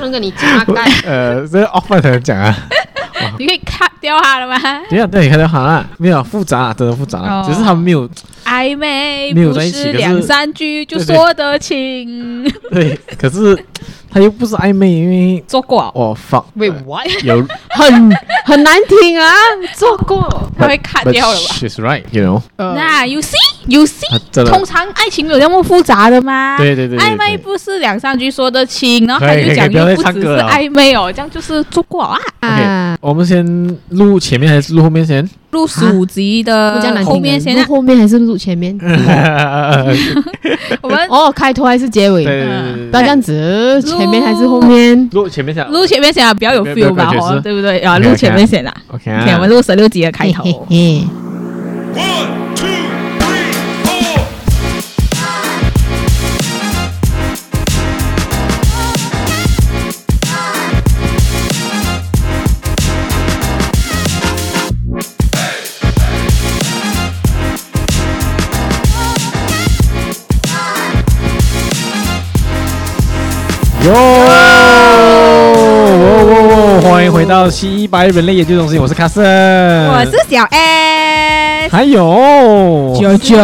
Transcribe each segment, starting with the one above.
能跟你讲啊，干，呃，这 off 才能讲 啊。你可以卡掉他了吗？ 等一下，对，看到好啊，没有复杂啊，真的复杂啊，哦只是他们没有暧昧没有不在一起可是是两三句就对对说 得清，对，可是他又不是暧昧，因为做过 哦，我 fuck 喂，what？ 有很很难听啊，做过，他会卡 but 掉了吧？ she's right，you know，呃那 you see you see，他真的通常爱情没有那么复杂的吗？对对对对对啊暧昧不是两三句说得清，然后他可以就讲可以可以不要再又不唱只歌是了暧昧哦，这样就是做过啊。啊，我们先录前面还是录后面 先？录十五集不讲难的听啊，后面先录啊，后面还是录前面？嗯我们哦，开头还是结尾对？啊对对对不要这对，样子，前面还是后面？录前面先录前面先啊，比较有没有没有 feel 吧，感觉哦是，对不对？啊， OK，OK 录前面先啊。 ，OK OK，我啊们。录十六集的开嘿 头。嘿嘿 One, two, three, four. 哟，哇哇哇！欢迎回到西白人类研究中心，我是卡森，我我是小 S，还有九九。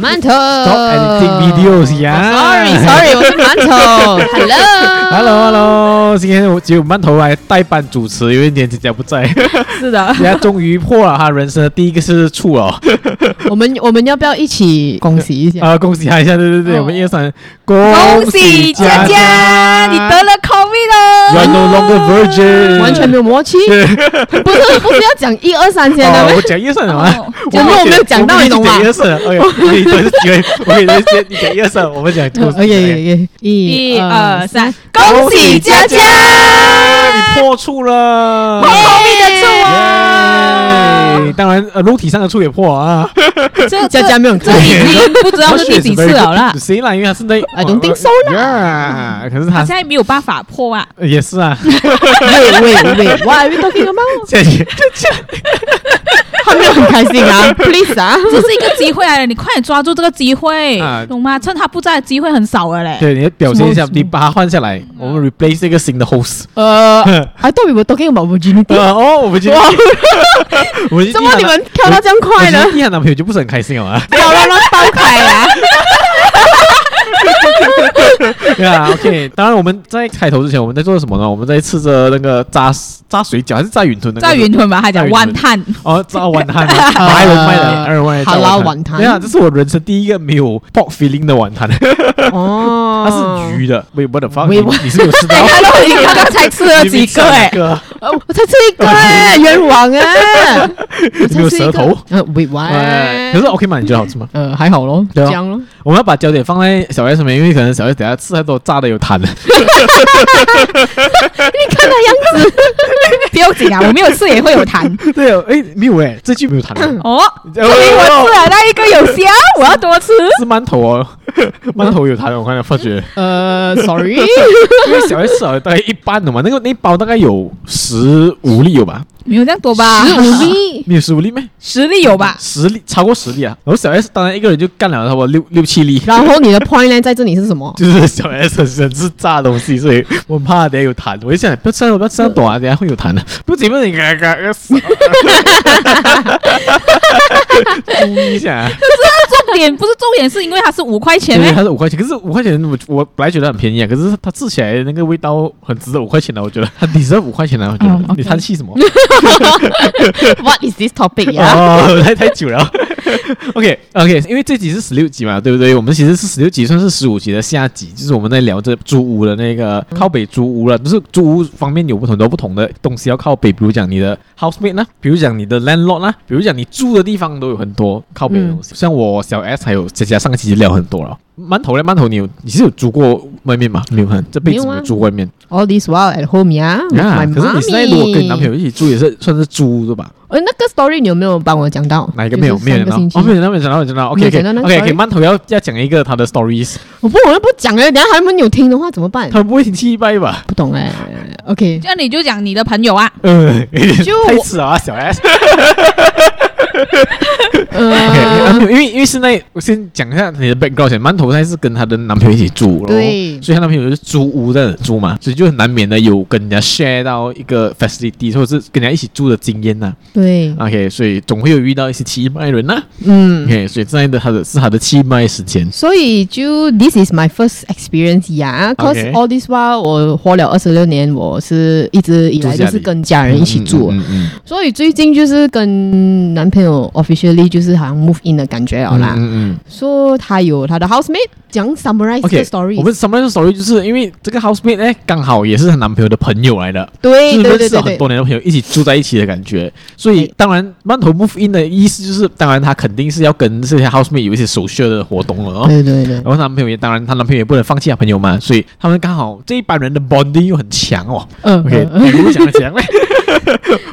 馒头 Oh Stop editing videos 呀 Sorry，Sorry，我是馒头。Hello，Hello， Hello Hello，今天我只有馒头来代班主持，因为年姐姐 不在，是的，人家终于破了他人生的第一个是处哦。我们我们要不要一起恭喜一下？啊，恭喜他一下，对对对，Oh 哦我们一二三，恭喜喜佳佳，你得了 COVID ，You 了 are no longer virgin，完全没有默 契，不是不是要讲一二三先的啊哦，吗？我讲一二三了吗？哦讲到我没有讲到你懂吗我们一起讲一二三，OK，你 都是机会，我们也是你讲一二三，我们讲哎故 OK 事 OK，一一二三，恭嗯恭喜喜佳佳佳佳，哎你破处了。破 COVID 的处啊！耶！当然，呃，肉体上的处也破啊，这佳这佳没有这看。已经不知道是第几次啊了啦，谁啦？因为他是在 I don't think so 啦。Yeah，可是他现在没有办法破啊。呃也是啊， 喂喂喂，What are we talking about？这也他没有很开心啊，Please 啊。这是一个机会来了，你快点抓住这个机会啊，懂吗？趁他不在，机会很少了嘞。对，你要表现一下什，么嗯你把它换下来，我们 replace 一个新的 host。呃，I uh, thought we were talking about virginity。呃哦，我们今天， 我们今天怎么你们跳到这样我快今呢天？第一男朋友就不是很开心了啊？ 不要乱乱爆开啊！对啊，OK。当然，我们在开头之前，我们在做什么呢？我们在吃着那个炸炸水饺，还是炸云吞的？在云吞吧，他讲在云万吞碳，哦，炸碗 汤，白人卖的，呃白人卖的炸好啦碗碗汤。汤对啊，这是我人生第一个没有 pork filling 的碗汤，哦它是鱼的。Wait what the fuck？ Wait, 你 what- 你是有吃到？他到底刚刚才吃了你几吃个？了哎几，个呃，我才吃一个哎，冤枉哎！你没有舌头？呃，喂完，哎可是 OK 吗？你觉得好吃吗？ 呃还好咯，对啊这样咯。我们要把焦点放在小 S 上面，因为可能小 S 等下吃太多炸的 有痰了。你看那样 不用紧啊，我没有吃也会有痰。对哦，哎，没有哎，这句没有痰。 哦， 哎因为我吃了那一个有香，我要多吃。吃馒头哦， 馒头有痰，我刚才发觉，呃，sorry， 어,因为小 S 少了大概一半的嘛，那个那一包大概有十五粒有吧？没有这样多吧？努 力。没有十五粒咩？实力有吧？十粒超过十粒啊！然后小 S 当然一个人就干了差不多六六七粒，然后你的 point 呢在这里是什么？就是小 S 很喜是炸东西，所以我很怕等下有痰。我就想不要吃了，不要吃了，短啊，等下会有痰的。不仅不能嘎嘎嘎死 啊，注意一下啊。重点 不是重点，是因为它是五块钱对，咩？它是五块钱，可是五块钱我我本来觉得很便宜啊，可是它吃起来那个味道很值得五块钱啊的，我觉得它你值得五块钱的，我觉哦得，OK 你叹气什么？ What is this topic 어.呀？哦，太太久了。OK OK，因为这集是十六集嘛，对不对？我们其实是十六集，算是十五集的下集，就是我们在聊这租屋的那个靠北租屋了，就是租屋方面有很多不同的东西要靠北，比如讲你的 housemate 呢，比如讲你的 landlord 呢，比如讲你住的地方都有很多靠北的嗯东西。像我小 S 还有佳佳上个期聊很多了。馒头嘞，馒头你有你是有租过外面吗？没有看，这辈没子有没啊嗯有租外面。 All this while at home 呀啊，my 可是你现在如果跟你男朋 mommy 友一起住，也是算是租对吧？呃，那个 story 你有没有帮我讲到？哪一个没有就是没有上人个到？星期哦，没有人到，没有人到，没有人到。OK 没有 OK 人到那 OK OK， sorry 馒头要要讲一个他的 stories，我哦不，我都不讲了，等一下他们有听的话怎么 办？他们不会听气拜吧？ 不懂哎。OK，这样你就讲你的朋友啊，嗯， 就我太迟了啊，小 S。 OK，啊呃没有因为因为现在我先讲一下你的 background 先。馒头现在是跟她的男朋友一起住，然后对所以她男朋友就是租屋在那里住嘛，所以就很难免的有跟人家 share 到一个 facility，或者是跟人家一起住的经验呐、对， OK，所以总会有遇到一些奇怪人呐、嗯， OK，所以现在的她的是她的气脉时间。所以就 this is my first experience 呀、c a u s e Okay all this while 我活了二十六年，我是一直以来住就家里是跟家人一起住，啊嗯嗯嗯嗯所以最近就是跟男朋友 officially 就是好像 move in 的感觉了啦。嗯嗯嗯说他有他的 housemate，讲 summarize 这 OK，个 story，我们 summarize story 就是因为这个 housemate 呢，刚好也是她男朋友的朋友来的，哎对就是对认对识对了很对多，年的朋友一起住在一起的感觉。所以对当然，馒头 move in 的意思就是，当然她肯定是要跟这些 housemate 有一些 social 的活动了哦。对对对然，后她男朋友也当然，她男朋友也不能放弃她朋友嘛，所以他们刚好这一班人的 bonding 又很强哦。嗯 OK，嗯嗯你们想的怎 样呢？会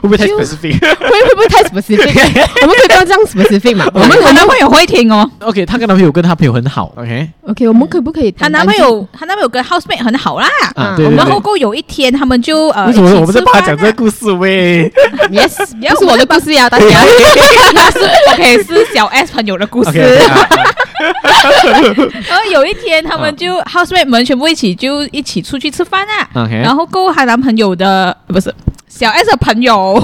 不会太就 specific？OK，、会会不会太 specific？我们可以不要这样 specific 嘛？我 我们们我男朋友会听哦，她跟男朋友跟她朋友很好，OK OK，我们可不可以她单单男就？朋友她男朋友跟 housemate 很好啦。啊，嗯对对我对。然后过有一天他们就呃，为什么一起我们在吃怕饭讲啊这个故事喂 ？Yes，要不是我的故事呀，大家。 那是 OK，是小 S 朋友的故事。 ？OK，啊啊然后有一天，他们就 housemate 们全部一起就一起出去吃饭啊。 OK 然后够她男朋友的呃不是小 S 的朋友，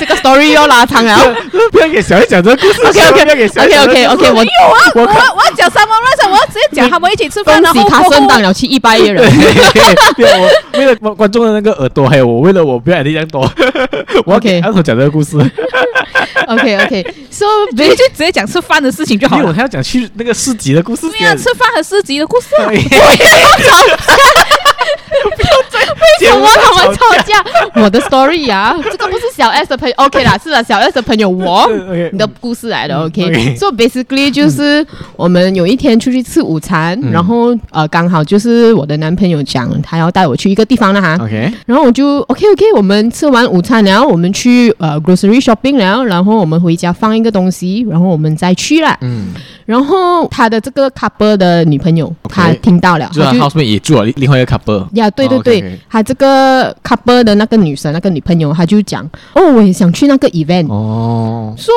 这个 story 要拉长 了。不要给小孩讲这个故事。千万不要给小孩讲这个 OK 故 OK，事我没有啊，我我看我要讲三毛乱我要直接讲他们一起吃饭，恭啊然喜后他过后升当了七一八一人。对，对我为了观观众的那个耳朵，还有我为了我不要力量多，我要给 OK 安头讲这个故事，因 OK OK，So 直接就直接讲吃饭的事情就好为我了。还要讲去那个市集的故事对呀，啊先。吃饭和市集的故事啊。为节什目么在他们吵吵架？我的 story 呀，这个不是小 S 的朋友。OK 啦，是啦，小 S 的朋友 我。 OK，你的故事来的嗯，OK OK。 So basically 就是我们有一天出去吃午餐，嗯然后呃刚好就是我的男朋友讲他要带我去一个地方了哈， OK，然后我就 OK OK，我们吃完午餐，然后我们去呃 grocery shopping，然后然后我们回家放一个东西，然后我们再去啦。嗯，然后他的这个 couple 的女朋友， OK 他听到了，就是他 housemate 也住了另另外一个 couple，呀，对对哦对 OK，OK 他这个 couple 的那个女生，那个女朋友，她就讲，哦，我也想去那个 event，哦，说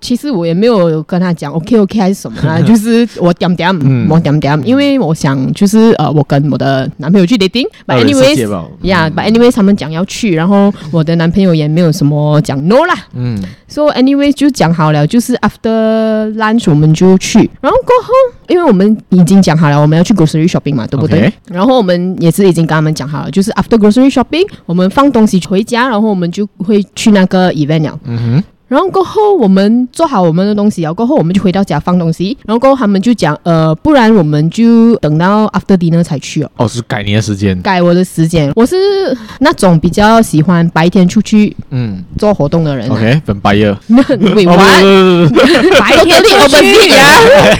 其实我也没有跟他讲 OK OK 还是什么 啦，就是我点点嗯，我点点，因为我想就是呃，我跟我的男朋友去 dating，but 二人世 anyways 界吧。呀、b u t anyways，他们讲要去，然后我的男朋友也没有什么讲 no 啦嗯， ，so anyways 就讲好了，就是 after lunch 我们就去，然后过后，因为我们已经讲好了我们要去 grocery shopping 嘛，对不对 OK 然后我们也是已经跟他们讲好了，就是 after grocery shopping 我们放东西回家，然后我们就会去那个 event 了。嗯哼，然后过后，我们做好我们的东西了，过后我们就回到家放东西。然后过后他们就讲，呃，不然我们就等到 after dinner 才去哦。哦，是改你的时间，改我的时间。我是那种比较喜欢白天出去嗯做活动的人、 啊。 ，OK，本白夜，那尾 哦完。不不不不白天出 Totally 去 opposite 啊呀，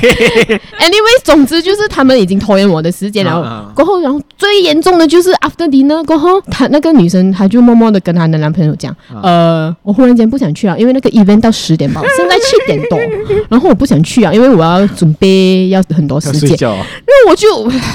Anyway，总之就是他们已经拖延我的时间了。嗯嗯过后，然后最严重的就是 after dinner 过后，她那个女生她就默默的跟她的男朋友讲，嗯呃，我忽然间不想去了，因为那个 event 到十 点吧，现在七点多，然后我不想去啊，因为我要准备要很多时要间睡，觉哦，那我就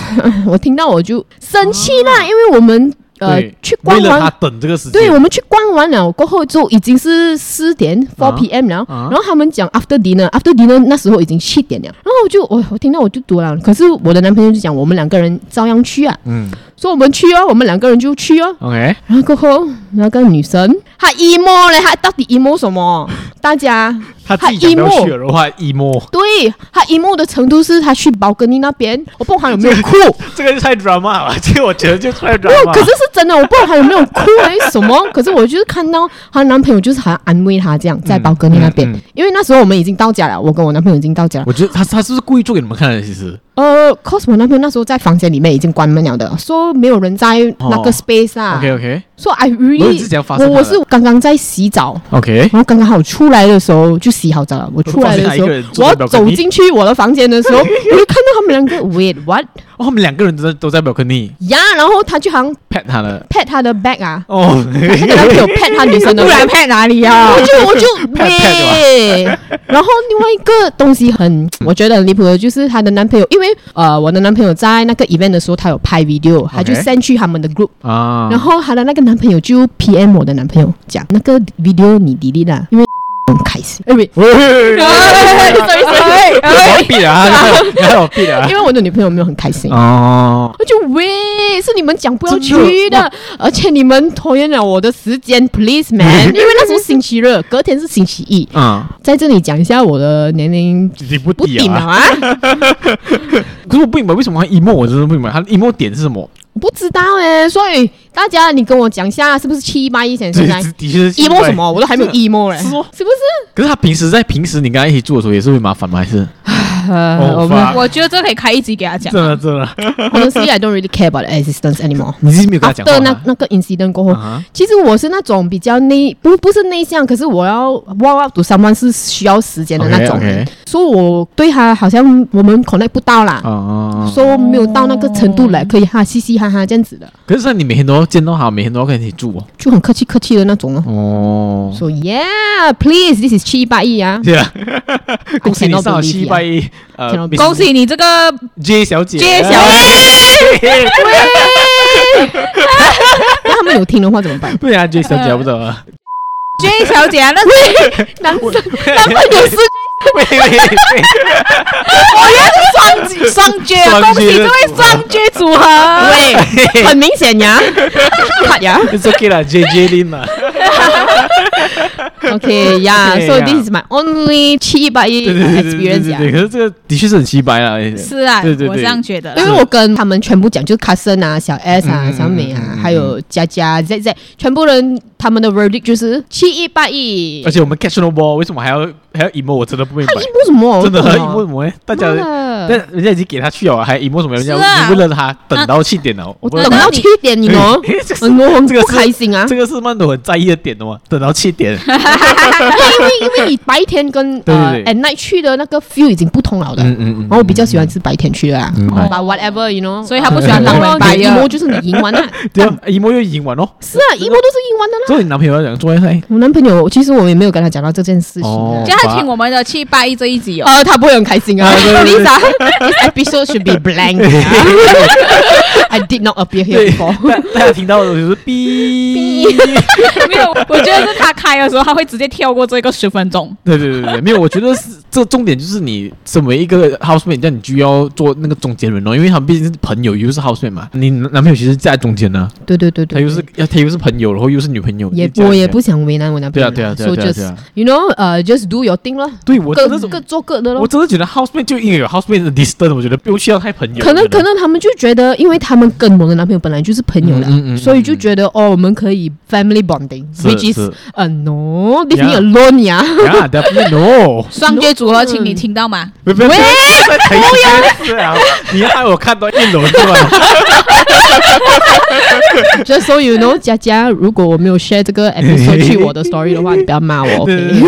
我听到我就生气啦，因为我们呃哦对去逛为了完他等这个时间，对，我们去逛完了过后，就已经是四点 four 啊 p.m. 了、啊然后他们讲 after dinner，after dinner 那时候已经七点了。然后我就我我听到我就读了，可是我的男朋友就讲我们两个人照样去啊，嗯说我们去哦，我们两个人就去哦。 ，OK，然后过后那个女生她 emo 嘞，她到底 emo 什么？大家他自己讲不要去了的话，emo。对她 emo 的程度是她去宝格丽那边，我不管有没有哭。 这个就太 drama 了，这个我觉得就太没有 drama。，可是是真的，我不知道她有没有哭还是什么。可是我就是看到她男朋友就是好像安慰她这样，在宝格丽那边、嗯嗯嗯因为那时候我们已经到家了，我跟我男朋友已经到家了。我觉得他他是不是故意做给你们看的？其实呃，cos 我男朋友那时候在房间里面已经关门了的，说没有人在那个哦 space 啊。 ，OK OK 说 I 我是 really，这样发我生我她的是刚刚在洗澡。 OK，然后刚刚好出来的时候就洗好澡了。我出来的时我发现她一候个人，坐我在要走 balcony 进去我的房间 的时候，我就看到他们两个 wait what 哦，他们两个人都在都在 balcony 呀、然后他就好像 pat 他了。 pat 他的 back 啊， 哦，那个男朋友 pat 他女生的不 back 然派哪里啊啊呀？我就我就 拍喂， 然后另外一个东西很，我觉得很离谱的，就是她的男朋友，因为呃，我的男朋友在那个 event 的时候，他有拍 video，他就 OK send 去他们的 group，啊，然后她的那个男朋友就 PM 我的男朋友讲，那个 video 你 delete 啦，因为很开心。哎因为 喂喂喂喂哎，sorry sorry，我哎闭了啊！你看我闭 了啊因！为我的女朋友没有很开心。哦，我就喂，是你们讲不要真的去的，而且你们拖延了我的时间，please man，因为那时候星期日，隔天是星期一，嗯，在这里讲一下我的年龄你不不顶了啊？啊，可是我不明白为什么他 emo，我真的不明白他 emo 点是什么。 我不知道哎、所以大家你跟我讲一下，是不是七八一前这现在的确是 emo 什么，我都还没有是 emo 嘞，是哦是不 是？可是他平时在平时你跟他一起住的时候也是会麻烦吗？还是呃，哦我啊们发我觉得这可以开一集给他讲真。的真的？ honestly I don't really care about the existence anymore。你是没有跟他讲话 after 那吗？那个 incident 过后啊哈其实我是那种比较内不不是内向，可是我要 warm up to someone 是需要时间的那种人 OK，OK 所以我对他好像我们 connect 不到啦，哦，说、没有到那个程度来，可以哈嘻嘻哈哈这样子的，可是你每天都要见到他，每天都要跟你一起住哦。就很客气客气的那种哦。哦，说、so, yeah please this is 七八一啊，对啊，恭喜你 cannot 上了 believe 七 it 八一，呃 Cannot believe 恭喜啊你这个 J 呃小姐哎 J 小姐，？那他们有听的话怎么办对啊，J 小姐不懂啊。 J 小姐啊，那是男生男男朋友是喂喂喂，双双 J，啊双 J 恭喜这位双 J 组 合。喂，很明显呀， 看呀。 It's okay 啦，J J 林啦， Okay, yeah. Okay, So yeah. this is my only 七八一 对对对对 experience 对呀。对。可是这个的确是很奇白啦，是啊，哎对对我对这样觉得啦。因为我跟他们全部讲，就是卡森啊、小 S 啊、嗯嗯嗯小美啊，嗯嗯还有佳佳、Z Z，全部人他们的 verdict 就是七一八一。而且我们 catch no ball，为什么还要还要 emo？我真的不明白他一，摸什么？真的我不 emo 懂什么欸？大啊家妈啊的但人家已经给他去了，还 emo 什么？人家是啊为了他等到七点了，我不等到七点，你哦， 这我很这个不是开心啊，这个是曼朵很在意的点的嘛，等到七点， 因为因为你白天跟对呃对对 at night 去的那个 feel 已经不同了的。 嗯嗯嗯然后我比较喜欢是白天去的啊明白，but whatever you know，呃所以他不喜欢当当晚然白白一夜摸就是你赢完了， 对啊，emo 又赢完咯。是啊，一摸都是赢完的啦。所以你男朋友要讲做一 塞，我男朋友其实我也没有跟他讲到这件事情啊哦叫他听我们的七八一这一集哦。呃，他不会很开心啊啊对对对，Lisa。This episode should be blank. I did not appear here 对 before. 大大家听到的就是哔，没有，我觉得是他开的时候，他会直接跳过这个十分钟。对对对对，没有，我觉得是这重点就是你身为一个 housemate，但你就要做那个中间人哦，因为他们毕竟是朋友，又是 housemate 嘛，你男男朋友其实在中间呢，对对对啊他对，又是他又是朋友，然后又是女朋友，也一家我人也不想为难我男朋对友啊啦。对啊对 So 啊对啊 just 对啊， you know，呃，just do your thing 咯，对我各真的是各做各的咯我。真的觉得 housemate 就应该有 housemate 的 distance，我觉得不用需要太朋友。可能我觉得可能他们就觉得，因为他们跟我的男朋友本来就是朋友嗯嗯嗯了，嗯所以就觉得哦，我们可以 family 是 bonding，which is 是 a no, leave me Yeah. alone 呀。 呀，definitely no，双 J 组合，请你听到吗？不不要再提这件事啊！你害我看到一楼是吧？ Just so you know，佳佳，如果我没有 share 这个 episode 去我的 story 的话，你不要骂我。对 OK？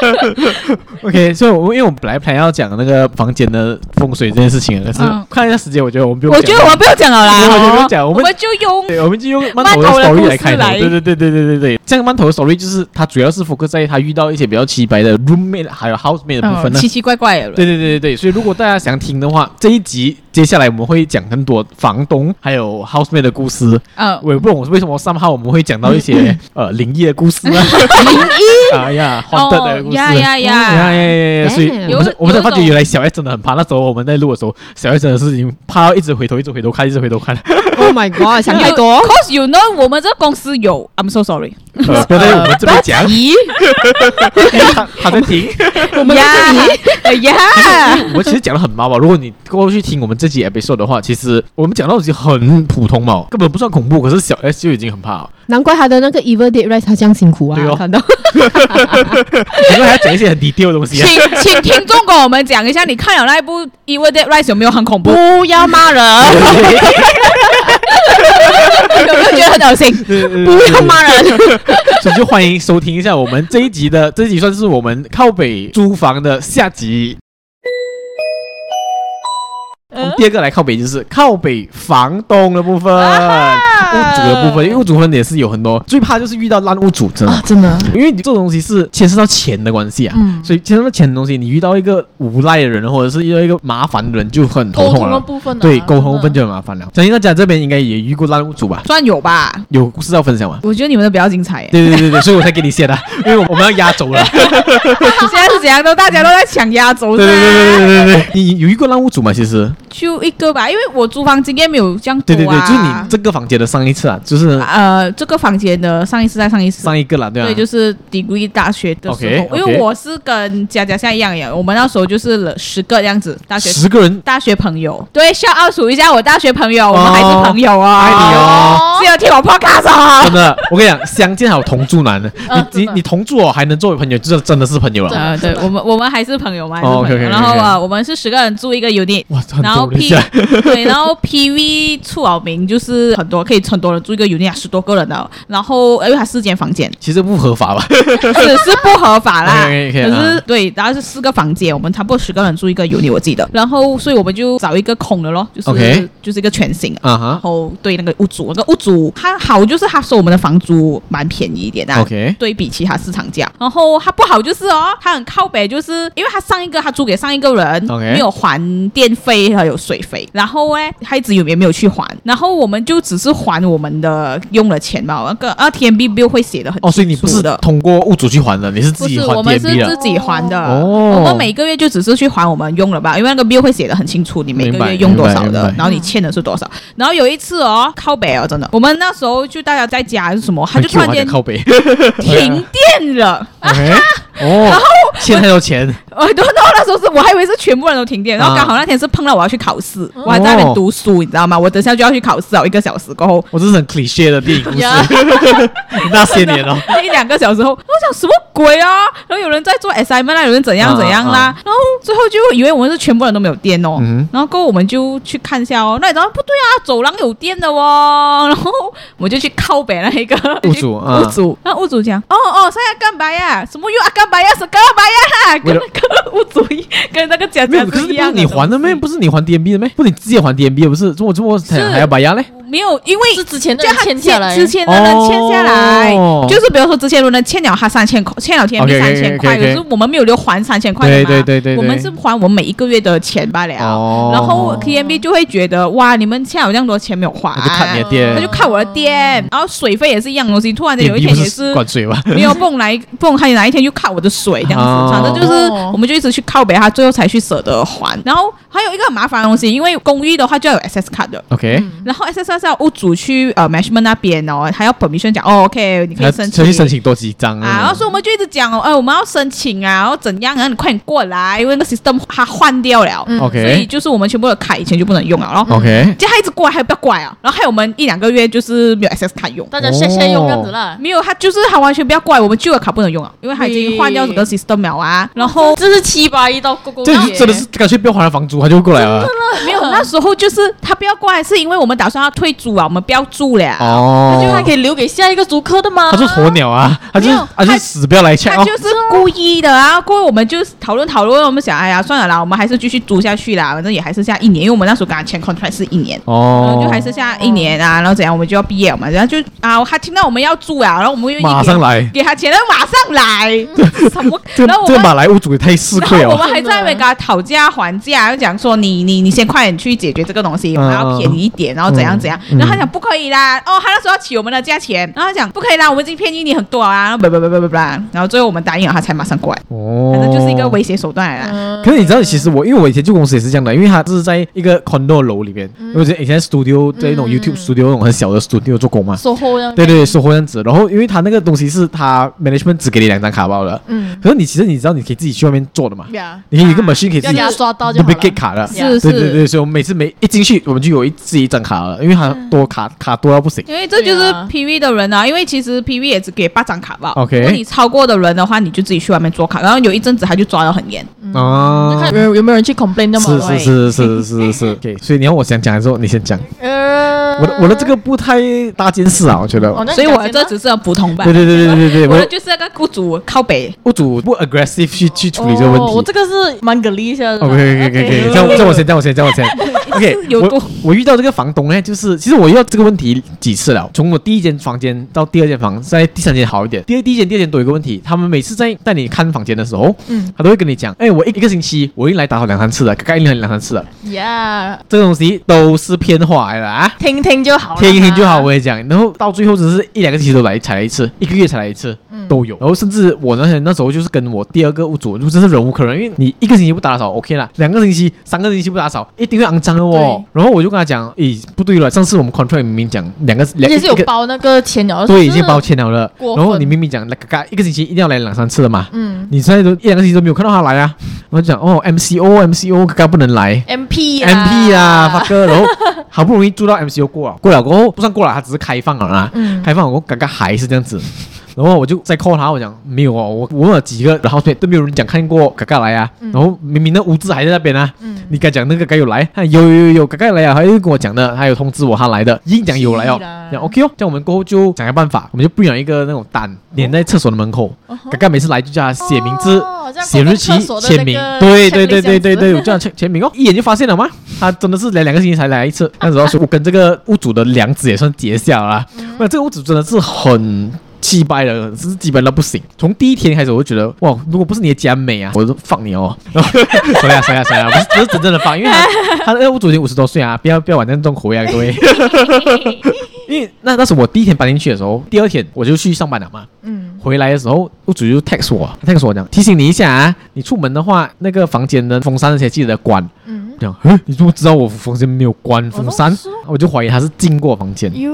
对对 OK，所以我因为我们本来还要讲那个房间的风水这件事情啊，可嗯是看一下时间，我觉得我们不用我讲了。觉得我们不要讲了啦，我觉得不哦用讲我们就用对，我们就用曼头的曼头的 story 故事来开头。来对对对对对对对，这个曼头的 story 就是它主要是 focus 在他遇到一些比较奇白的 roommate 还有 housemate 的部分嗯呢。奇奇怪怪的人。对对对对对，所以如果大家想听的话，这一集接下来我们会讲更多房东还有 housemate 的故事。嗯，我也不懂为什么上号我们会讲到一些呃灵异的故事啊，灵异啊呀，荒诞的故事。哦嗯呀呀呀呀！呀呀！所以有我们才有我们才有发觉，种原来小 S 真的很怕。那时候我们在录的时候，小 S 真的是已经怕到一直回头，一直回头看，一直回头看。 Oh my god，想太 多。 Cause 哦 you know，我们这公司有，I'm so sorry。呃，不要在我们这边讲，咦，他他在听。我们呀 哎呀，我们其实讲的很毛毛。如果你过去听我们这集 episode 的话，其实我们讲到已经很普通嘛，根本不算恐怖。可是小 S 就已经很怕了，难怪他的那个 Evil Dead Rise 他这样辛苦啊对哦，看到因为还要讲一些很低调的东西请啊。请听众跟我们讲一下，你看了那一部《Evil Dead Rise》有没有很恐怖？不要骂人， 有没有觉得很恶 心？对对对对不对要骂人。所以就欢迎收听一下我们这一集的，这一集算是我们靠北租房的下集。我呃们第二个来靠北就是靠北房东的部分，啊屋主的部分，因为屋主分也是有很多，最怕就是遇到烂屋主，真的。 啊，真的，因为你这种东西是牵涉到钱的关系啊，嗯所以牵涉到钱的东西，你遇到一个无赖的人，或者是遇到一个麻烦的人，就很头沟痛通了的。部分啊，对，沟通部分真就的很麻烦了。相信大家这边应该也遇过烂屋主吧？算有吧。有故事要分享吗？我觉得你们的比较精彩耶。对对对对，所以我才给你写 的，因为我们要压轴了。现在是怎样都大家都在抢压轴，对对是吧对对对对对，你有遇过烂屋主吗？其实，就一个吧，因为我租房经验没有这样多对对对，啊就是你这个房间的上一次啊，就是呃这个房间的上一次在上一次。上一个啦，对啊，对，就是是 degree 大学的时候 OK，OK 因为我是跟佳佳像一样呀，我们那时候就是了十个这样子，大学十个人大学朋友，对，笑傲数一下我大学朋友，我们还是朋 友啊、爱你哦。只有听我 podcast 哦真的，我跟你讲，相见好同住 难的，嗯你真你的你同住哦，还能作为朋友，就是真的是朋友了。呃，啊对我们我们还是朋友嘛，还是哦朋友。 ，OK，OK，OK 然后啊，我们是十个人住一个 unit，哇，很然后多人 P 家，对，然后 PV 出好名就是很多可以很多人住一个 unit，啊十多个人的，然后因为它四间房间其实不合法 吧？是是不合法啦。 OK，OK，OK，可是啊对，然后是四个房间，我们差不多十个人住一个 unit，我记得。然后所以我们就找一个空的咯，就是 OK 就是一个全新的。啊然哈后对那个屋主，那个屋主他好就是他收我们的房租蛮便宜一点的、啊，OK，对比其他市场价。然后他不好就是哦，他很靠北，就是因为他上一个他租给上一个人 OK 没有还电费还有水费，然后呢，他一直有也没有去还，然后我们就只是还我们的用的钱嘛，那个啊 T M B bill 会写的很哦，所以你不是清楚的。通过屋主去还的，你是不自己是，还我们 D 是 B 自的。己还的，哦我们每个月就只是去还我们用了吧，因为那个 bill 会写的很清楚，你每个明白月用多少明白的明白，然后你欠的是多少。然后有一次哦，靠北哦，真的，我们那时候就大家在家还是什么，他就突然间啊靠 背停电了。 ，OK，哦，然后欠太多钱，我都 know 那时候是我还以为是全部人都停电，然后啊刚好那天是碰到我要去考试，我还在那边读书，你知道吗？我等下就要去考试哦了，一个小时过后，我这是很 cliché 的电影故事， 那些年 哦，一两个小时后，我想什么鬼啊？然后有人在做 assignment 啊啦，有人怎样怎样啦，然后最后就以为我们是全部人都没有电哦，啊嗯然后过后我们就去看一下哦，那你知道不对啊，走廊有电的哦， 然后我们就去靠北那一个屋主啊屋主，那屋主讲，哦哦，现在干嘛呀？什么又啊干嘛呀？是干嘛呀？为跟了那个屋主一跟那个 讲没有，讲可是一不样是你还的东西啊咩？不是你还 D M B 的咩？不是你自己还 D M B 的不是？这我这我是还要把押嘞？没有，因为是之前的就人他欠下来之前的人欠下来，哦就是比如说之前的人欠了他三千块，欠了天币 OK，OK，OK，OK 三千块，可是我们没有留还三千块的嘛，对对对对对我们是还我们每一个月的钱罢了。哦然后 TMB 就会觉得哇，你们欠了这样多钱没有还，我就看你的店他就看我的嗯店，然后水费也是一样东西，突然间有一 B 天不也是是。灌水吧？没有蹦来蹦，他哪一天就看我的水这样哦子，反正就是哦我们就一直去靠北他，最后才去舍得还。然后还有一个很麻烦的东西，因为公寓的话就要有 access card 的， OK，然后 S S 是要屋主去呃 management 那边哦，还要 permission 讲哦，OK，你可以申请去申请多几张啊。然后所以我们就一直讲哦，哎，我们要申请啊，然后怎样啊，你快点过来，因为那个 system 它换掉了，嗯所以 OK 就是嗯我们全部的卡以前就不能用了，然后 OK，就他一直过来，还不要过来啊，然后害我们一两个月就是没有 S S 卡用。大家现现用这样子啦。没有，他就是他完全不要过来，我们旧的卡不能用啊，因为他已经换掉整个 system 了啊。然后哦这是七八一到勾勾这姐，真的是干脆不要还了房租，他就会过来了。没有，那时候就是他不要过来，是因为我们打算要退租啊，我们不要住了。哦那就还可以留给下一个租客的吗？他就是鸵鸟啊，他就没是有他就是他死不要来 check 他哦。就是故意的啊！过后我们就讨论讨论，我们想，哎呀，算了啦，我们还是继续租下去啦，反正也还剩下一年，因为我们那时候跟他签 contract 是一年。然哦后就还剩下一年啊，然后怎样我们就要毕业了嘛，然后就啊，他听到我们要住啊，然后我们愿意马上给来，给他钱，他马上来，什么？这然后我这们马来屋主也太市侩然后我了吧。们还在那边跟他讨价还价，就讲说你你你先快点去解决这个东西，我们要便宜一点，然后怎样怎样。然后他讲不可以啦，哦，他那时候要起我们的价钱，然后他讲不可以啦，我们已经便宜你很多啊，然后不不不不不不，然后最后我们答应了，他才马上过来，哦反正就是一个威胁手段来的。嗯可是你知道，其实我因为我以前旧公司也是这样的，因为他是在一个 condo 楼里面，因为我以前以前 studio 在那种 YouTube studio 那种很小的 studio 做工嘛。售后样，对对，对，收货样子。然后因为他那个东西是他 management 只给你两张卡包的，嗯，可是你其实你知道你可以自己去外面做的嘛，呀，你有一个 machine 可以自要己给他刷到就好 duplicate 了。卡的。是对对对，所以我们每次每一进去，我们就有一自己一张卡了，因为他他多卡卡多到不行。因为这就是对啊 PV 的人啊，因为其实 PV 也只给八张卡吧。 OK 如果你超过的人的话，你就自己去外面做卡。然后有一阵子他就抓得很严，就啊看，有有没有人去 complain 的嘛。是是是是是是。OK，所以你要我想讲的时候，你先讲。呃，我的我的这个不太搭件事啊，我觉得。哦，那你所以我讲先这吧只是个普通版对。对对对对对，我我的就是那个雇主靠北，屋主不 aggressive 去去处理这个问哦我题这。个是蛮给力一下的啦。 OK OK OK OK，这样这样我先，这样我先，这样我先。OK，有多我我遇到这个房东呢，就是其实我遇到这个问题几次了，从我第一间房间到第二间房，在第三间好一点，第二第一间、第二间都有一个问题，他们每次在带你看房间的时候，嗯他都会跟你讲，哎，我一一个星期我一来打扫两三次了，该来两三次了，呀，这个东西都是偏话来的啊。听听就好了，听一听就好，我也讲。然后到最后只是一两个星期都来才来一次，一个月才来一次、嗯都有。然后甚至我那天那时候就是跟我第二个屋主，就真是忍无可忍，因为你一个星期不打扫 OK 啦，两个星期、三个星期不打扫一定会肮脏的哦。然后我就跟他讲，咦，不对了，上次我们 contract 明明讲两个而两且是有一个包那个钱了，对，是已经包签了了。过啊然后分你明明讲那个嘎一个星期一定要来两三次了嘛，嗯你现在都一两个星期都没有看到他来啊。我就讲哦，MCO MCO 嘎嘎不能来， MP 啊 MP 啊，发哥，然后好不容易住到 MCO 过了，过了过后不算过了，他只是开放了啦，嗯开放了过后刚刚还是这样子。然后我就再 call 他，我讲没有哦，我我问了几个，然后对都没有人讲看过嘎嘎来啊。嗯然后明明那屋子还在那边啊，你该讲那个该有来，他有有有有嘎嘎来啊，他又跟我讲的，他有通知我他来的，硬讲有来哦是啦，讲 OK 哦，这样我们过后就想个办法，我们就不养一个那种单粘在厕所的门口，嘎嘎每次来就叫他写名字哦、这样写日期公共厕、所的那签个名 checklist，对对对对对这对，样我子这样签签名哦，一眼就发现了吗？他真的是来两个星期才来一次，那时候说我跟这个屋主的梁子也算结下了啦。嗯那这个屋主真的是很。气掰了，真是气掰到不行。从第一天开始，我就觉得哇，如果不是你的家美啊，我就放你哦。 然后谁呀谁呀谁呀，不是不是真正的放，因为他 他那个屋主已经五十多岁啊，不要不要玩那重口味啊，各位。 因为那那是我第一天搬进去的时候，第二天我就去上班了嘛。嗯，回来的时候，屋主就 text 我，text 我讲提醒你一下啊，你出门的话，那个房间的风扇那些记得关。嗯，讲，嗯，你怎么知道我房间没有关风扇我都说？我就怀疑他是进过房间。哟，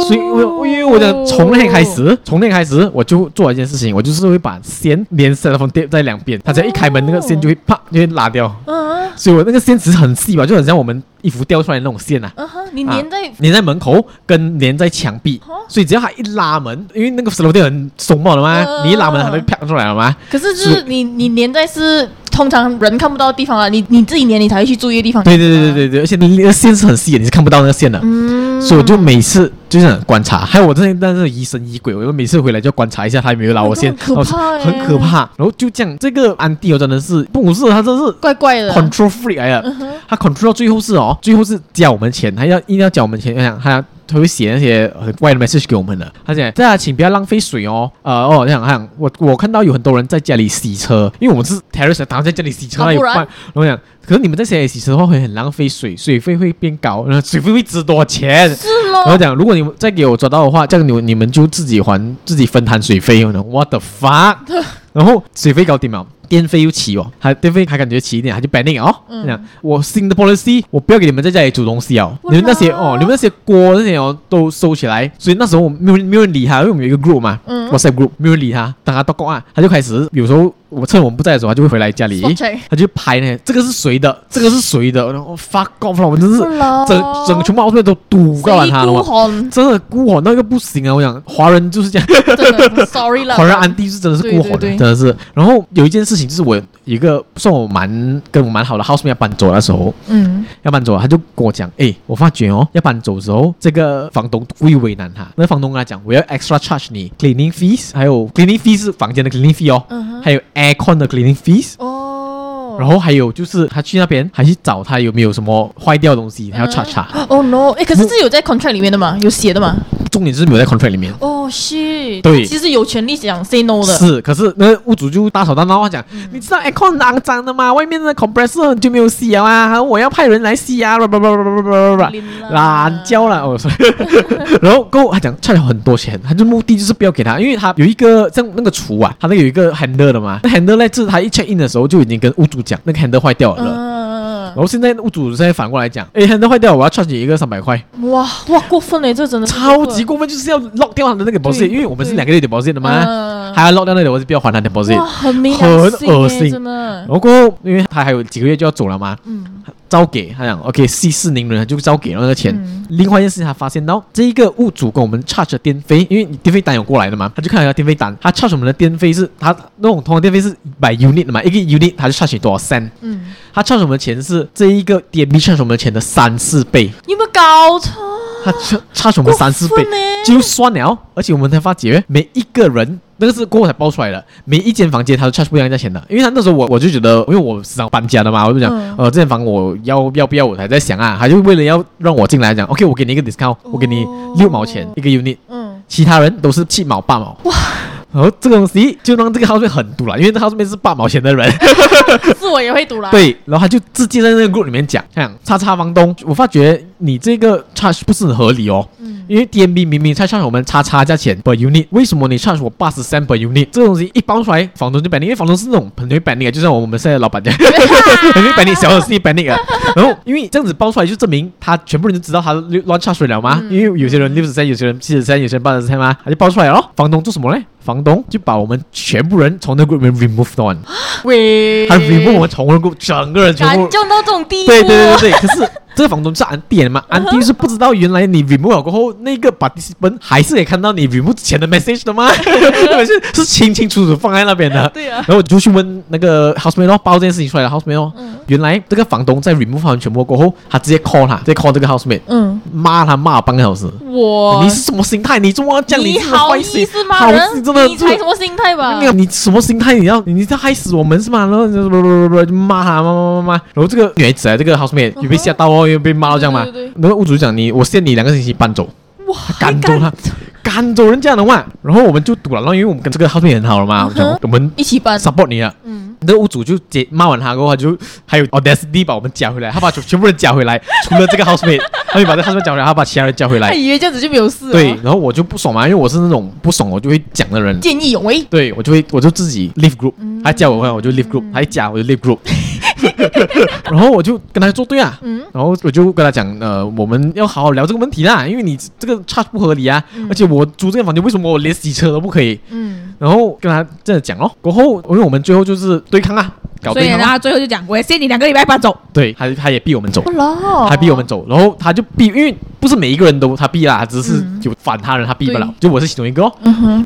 所以我，我因为我讲从那天开，始，哦从那天开始我就做了一件事情，我就是会把线连 c e l 贴在两边，它只要一开门，那个线就会啪就会拉掉。嗯所以我那个线其实很细嘛，就很像我们衣服掉出来的那种线啊。嗯哼，你粘在、啊粘在门口跟粘在墙壁哦，所以只要他一拉门，因为那个石头店很松茂的嘛，嗯你一拉门它就啪出来了嘛。可是就是是你你粘在是通常人看不到的地方啊，你你自己粘你才会去注意的地方。对对对对对对，而且那个线是很细的，你是看不到那个线的。啊嗯，所以我就每次就是很观察，还有我真的但是疑神疑鬼，我就每次回来就要观察一下他有没有拉我线，很可然怕后欸很可怕。然后就这样，这个安迪哦真的是不是他真的是怪怪的。 control freak 来嗯的，他 control 到最后是哦，最后是加我们钱，他要一定要加我们钱，他想他要他会写那些很怪的 message 给我们的，他讲大家请不要浪费水哦，呃哦，他想他想我我看到有很多人在家里洗车，因为我们是 terrace，当然在家里洗车，啊那有不然办，然后我讲。可是你们在家里洗车的话会很浪费水，水费会变高，然后水费会值多少钱？是然后咯，讲，如果你们再给我抓到的话，这样你们你们就自己还自己分摊水费哦。What the fuck？然 后水费高点嘛，电费又起哦，还电费还感觉起一点，还就 banning 哦。嗯这样我新的 policy，我不要给你们在家里煮东西哦。哇你们那些哦，你们那些锅那些哦都收起来。所以那时候我没有人没有人理他，因为我们有一个 group 嘛、嗯 w h a t s a p p group 没有人理他。当他到工啊，他就开始有时候我趁我们不在的时候，他就会回来家里 Spot check，他就拍呢，这个是谁的？这个是谁的？然后 fuck off 了，我们真是不咯整整全部 o u t 都堵到完他了谁嘛哦孤。寒真的孤寒到一个不行啊！我想华人就是这样，真 的，sorry 啦，华人安迪是真的是孤寒的，对对对真的是。然后有一件事情就是我有一个算我蛮跟我蛮好的 housemate 要搬走的时候，嗯，要搬走了，他就跟我讲，哎，我发觉哦，要搬走的时候，这个房东故意为难他。那房东跟他讲，我要 extra charge 你 cleaning fees，还有 cleaning fees 是房间的 cleaning fee 哦，嗯哼还有 aircon 的 cleaning fees。哦，然后还有就是他去那边还去找他有没有什么坏掉的东西，他要嗯 charge 他。哦 no，哎，可是这有在 contract 里面的嘛，有写的嘛？重点是没有在 contract 里面。哦是，嗯对其实有权利想 say no 的，嗯是，可是那屋主就大吵大闹，他讲、你知道 aircon 很肮脏的吗？外面的 compressor 很久没有洗了啊，我要派人来洗啊，叭叭叭叭叭叭叭林啦叭，懒交了，我说。 然后过后他讲欠了很多钱，他就目的就是不要给他，因为他有一个像那个厨啊，他那个有一个 handle 的嘛，那 handle 那次他一 check in 的时候就已经跟屋主讲那个 handle 坏掉了。嗯，然后现在屋主现在反过来讲，哎，handle 坏掉，我要 charge 你一个三百块，嗯哇哇，过分嘞，这真的是超过分级过分，就是要 lock 掉他的那个保险，对因为我们是对两个月的保险的嘛。嗯嗯他要 lock 掉那里，我是不要还他 deposit 哇，。很没良很恶心欸，心真的然。后过后，因为他还有几个月就要走了嘛，照给他讲 OK 息事宁人，他就照给了那个钱。另外一件事情，他发现到这一个物主跟我们 charge 的电费，因为你电费单有过来的嘛，他就看了一下电费单，他 charge 我们的电费是他那种通常电费是 by unit 的嘛，一个 unit 他就 charge 你多少 cent，嗯，他 charge 我们的钱是这一个 DMB charge 我们的钱的三四倍，你有没有搞错？他 charge charge 我们三四倍过分欸，就算了。而且我们才发觉，每一个人那个是过后才爆出来的，每一间房间他都 charge 不一样价钱的。因为他那时候我我就觉得，因为我时常搬家的嘛，我就讲，嗯呃，这间房我要要不要，我才在想啊，他就为了要让我进来讲，OK，我给你一个 discount，我给哦你六毛钱一个 unit，嗯，其他人都是七毛八毛。哇！然后这个东西就让这个 house 很堵了，因为这 house 面是八毛钱的人，是我也会赌啦。，对，然后他就直接在那个 group 里面讲，像叉叉房东，我发觉你这个 charge 不是很合理哦，因为 DMB 明明才 charge 我们叉叉价钱 per unit，为什么你 charge 我八十三 per unit？这个东西一爆出来，房东就 panic，因为房东是那种很会 panic，的就像我们现在的老板这样，很会 panic，小的事情 panic 啊。然后因为这样子爆出来，就证明他全部人都知道他乱 charge 了嘛，因为有些人六十三，有些人七十三，有些人八十三嘛，他就爆出来了咯。房东做什么嘞？房东就把我们全部人从那个 group 里面 remove 掉，喂，他 remove 我们从那个 group 整个人全部敢降到这种地步？啊对对对对，可是这个房东是安迪 的嘛？嗯安迪是不知道原来你 remove 了过后，那个 participant 还是可以看到你 remove 之前的 message 的吗？特别 是是清清楚楚放在那边的。 对啊然后我就去问那个 housemate 咯，爆这件事情出来了 housemate 咯，嗯原来这个房东在 remove 完全部过后，他直接 call 他，直接 call 这个 housemate，嗯，骂他骂了半个小时。我你是什么心态？你怎么要这样？你这个好坏意心思吗？好意人思真的你才什么心态吧没？有，你什么心态？你要你在害死我们是吗？然后就不不不不就骂他，骂骂骂骂。然后这个女孩子啊，这个 housemate 也被吓到哦，又被骂到这样嘛对对对。然后屋主就讲你，我限你两个星期搬 走，哇，赶走他，赶走人家的话，然后我们就堵了。然后因为我们跟这个 housemate 很好了嘛，我们讲我们一起搬。 support 你啊。嗯，那个屋主就接骂完他过后，他就还有 audacity 把我们加回来，他把全全部人加回来，除了这个 housemate，他就把这个 housemate 加回来，他把其他人加回他来。以为这样子就没有事。啊对，，然后我就不爽嘛，因为我是那种不爽我就会讲的人。见义勇为。对我就会我就自己 leave group，他叫我我就 leave group，他一加我就 leave group，然后我就跟他作对啊，然后我就跟他讲，呃，我们要好好聊这个问题啦，因为你这个 charge 不合理啊，而且我租这个房间为什么我连洗车都不可以？嗯，然后跟他这样讲咯，过后因为我们最后就是对抗啊，搞所以对呢，抗咯，他最后就讲，我限你两个礼拜搬走。对，他他也逼我们走不。咯，他逼我们走，然后他就逼，因为不是每一个人都他逼啦，只是有反他人他逼不了嗯对，嗯就我是其中一个、哦。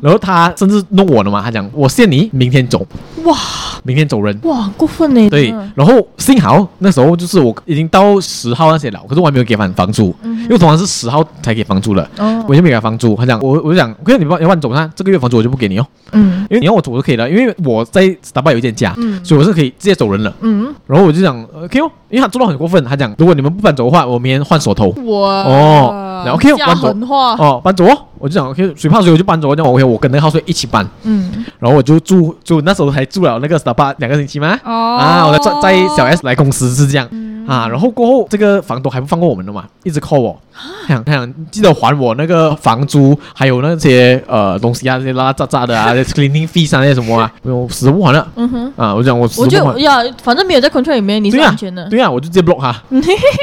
然后他甚至弄我的嘛，他讲我限你明天走，哇明天走人。哇，过分呢。对真的，然后幸好那时候就是我已经到十号那些了，可是我还没有给房房租，因为通常是十号才给房租的，嗯哦我就没给他房租。他讲我我就讲，可是你帮你帮你走那这个月房租我就不给你哦，嗯因为你要我走我就可以了，因为我在 Starbucks 有一间家，所以我是可以直接走人了。嗯，然后我就讲呃 OK 哦，因为他做到很过分，他讲如果你们不搬走的话，我明天换锁头。我哦然后 OK，讲完走狠话。哦，搬走哦！我就讲 OK，谁怕谁我就搬走，我讲 OK，我跟那个 house 一起搬，嗯，然后我就住住那时候还住了那个 Starbucks 两个星期嘛，哦啊，我在在在小 S 来公司是这样、啊，然后过后这个房东还不放过我们的嘛，一直 call 我，他想他想记得还我那个房租，还有那些呃东西啊，这些拉拉杂杂的啊，cleaning fee 啊那些什么啊，我死不还了，嗯哼，啊，我就讲我死我不就还。呀，反正没有在 contract 里面，你是对安啊全的，。对啊，我就直接 block 他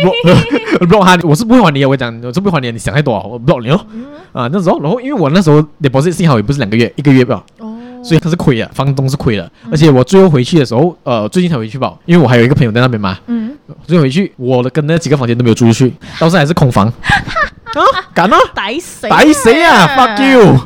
，block block 他，我是不会还你的。我讲，我是不会还你的，你想太多啊，我 block 你哦。嗯啊，那时候，然后因为我那时候 deposit 幸好也不是两个月，一个月吧，哦，嗯所以他是亏了，房东是亏了。而且我最后回去的时候，呃，最近才回去吧，因为我还有一个朋友在那边嘛。嗯，最后回去，我的跟那几个房间都没有租出 去，到现在还是空房。啊，敢啊！逮谁？打谁啊？Fuck you！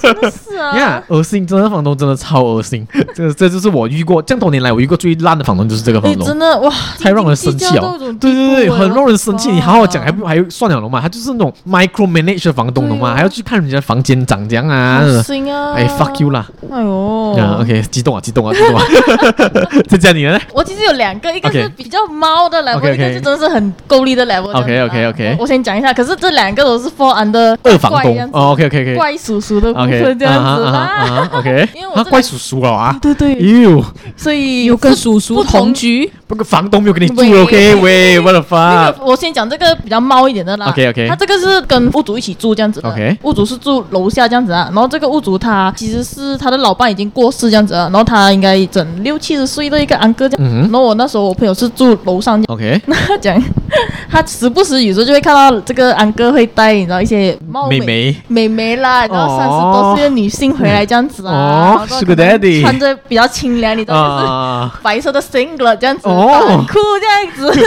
真是啊！呀，恶心！真的房东真的超恶心，这这就是我遇过，这样多年来我遇过最烂的房东就是这个房你东。真的哇，太让人生气了哦！对对对，很让人生气。你好好讲还不还算了了嘛？他就是那种 micro manage 的房东了对嘛，哦还要去看人家房间长怎样啊？恶心啊！哎，fuck you！啦！哎呦啊，OK，激动啊，激动啊，激动啊！再加你呢我其实有两个，一个是 OK 比较猫的 level，、 OK，OK 一个是真的是很够力的 level 这样子啊。 OK，OK，OK 我我先讲一下，可是这两个都是 for under 二房怪这东样子哦，OK，OK，OK，怪叔叔的部 OK，分这样子啦。 ，OK，因为我啊这怪叔叔了啊！对对，哟，所以有跟是叔叔不同同居，不过房东没有给你住喂，OK，喂，what the 那 fuck？个我先讲这个比较猫一点的啦。啊 OK，OK 他这个是跟屋主一起住这样子的。 OK 屋主是住楼下这样子啊，然后这个屋主他其实是他的老伴已经过世这样子啊，然后他应该整六七十岁的一个安哥这样。嗯哼然后我那时候我朋友是住楼上这样。 ，OK，那他讲，他时不时有时候就会看到这个安哥会带，你知道一些貌妹妹美眉啦，然后哦三十多岁的女行回来这样子啊，哦然后 Sugar 可能 Daddy 穿着比较清凉，你知道，就是啊，白色的 singlet 这样子，哦短裤这样子，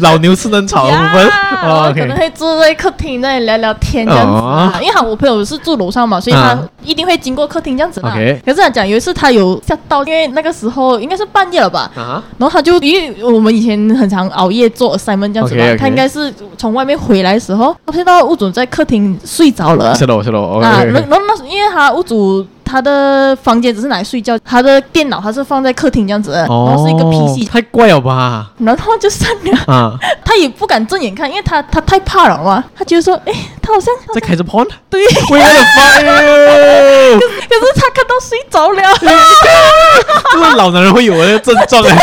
老牛吃嫩草的部分呀然哦后可能，OK，会坐在客厅那里聊聊天这样子啊、哦因为好，我朋友是住楼上嘛，所以他嗯一定会经过客厅这样子啦。 OK 可是他讲有一次他有吓到，因为那个时候应该是半夜了吧。啊然后他就因为我们以前很常熬夜做 assignment 这样子嘛 OK，OK 他应该是从外面回来的时候，发现到屋主在客厅睡着了。 是喽是喽啊，然，OK，然后那时因为他屋主他的房间只是拿来睡觉，他的电脑他是放在客厅这样子的，哦然后是一个 PC，太怪了吧？然后就散了。 啊，他也不敢正眼看，因为他他太怕了嘛。他觉得说，哎，他好像在开着 porn，对， 为了 fire，可是他看到睡着 了，这是老男人会有的症状 哎，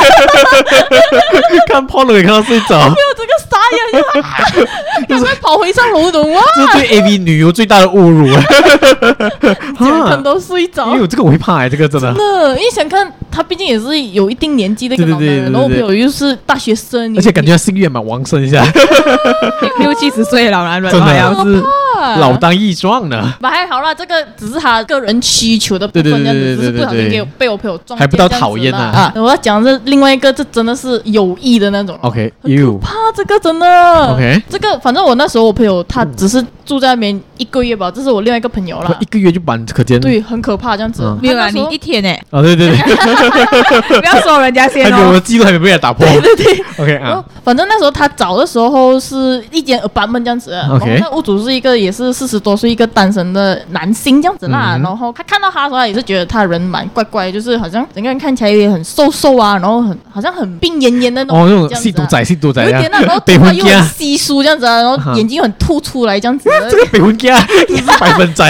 看 porn 都可以看到睡 着，没有这个傻眼，就啊 赶快跑回上楼，懂吗？这是啊对 AV 女优最大的侮辱 哎，想啊看到睡着因为。我这个我会怕哎，这个真的。那因为想看他，毕竟也是有一定年纪的一个对对老男对对人，然后我对朋友又是大学生，而且感觉他性欲也蛮旺盛一 下， 六七十岁的老男人哎真好哎的像是老当益壮呢，吧，还好啦，这个只是他个人需求的部分，对对这样对对子，只是不小对对心对给我被我朋友撞见，还不到讨厌呢啊啊！我要讲的是另外一个，这真的是有意的那种。 OK you 怕这个真的 OK 这个反正我那时候我朋友他只是住在那边一个月吧，这是我另外一个朋友啦哎哦一，个月就搬，可见对，很可怕这样子嗯。他没有啊，那时你候一天哎，啊，对对对， 不要说人家还先没有我哦的，记录还没被人打破。对对对，OK 然啊，后哦反正那时候他找的时候是一间 apartment 这样子的 OK 然后那屋主是一个也是四十多岁一个单身的男性这样子啦，嗯然后他看到他的时候他也是觉得他人蛮怪怪，就是好像整个人看起来也很瘦瘦啊，然后很好像很病恹恹的那种，哦，那种这样吸子毒啊。仔，吸毒仔哎有一呀点啊，然后，头北发婚又家很，稀疏这样子啊，然后眼睛很凸出来这样子。啊 这个北婚家啊 这是百分仔，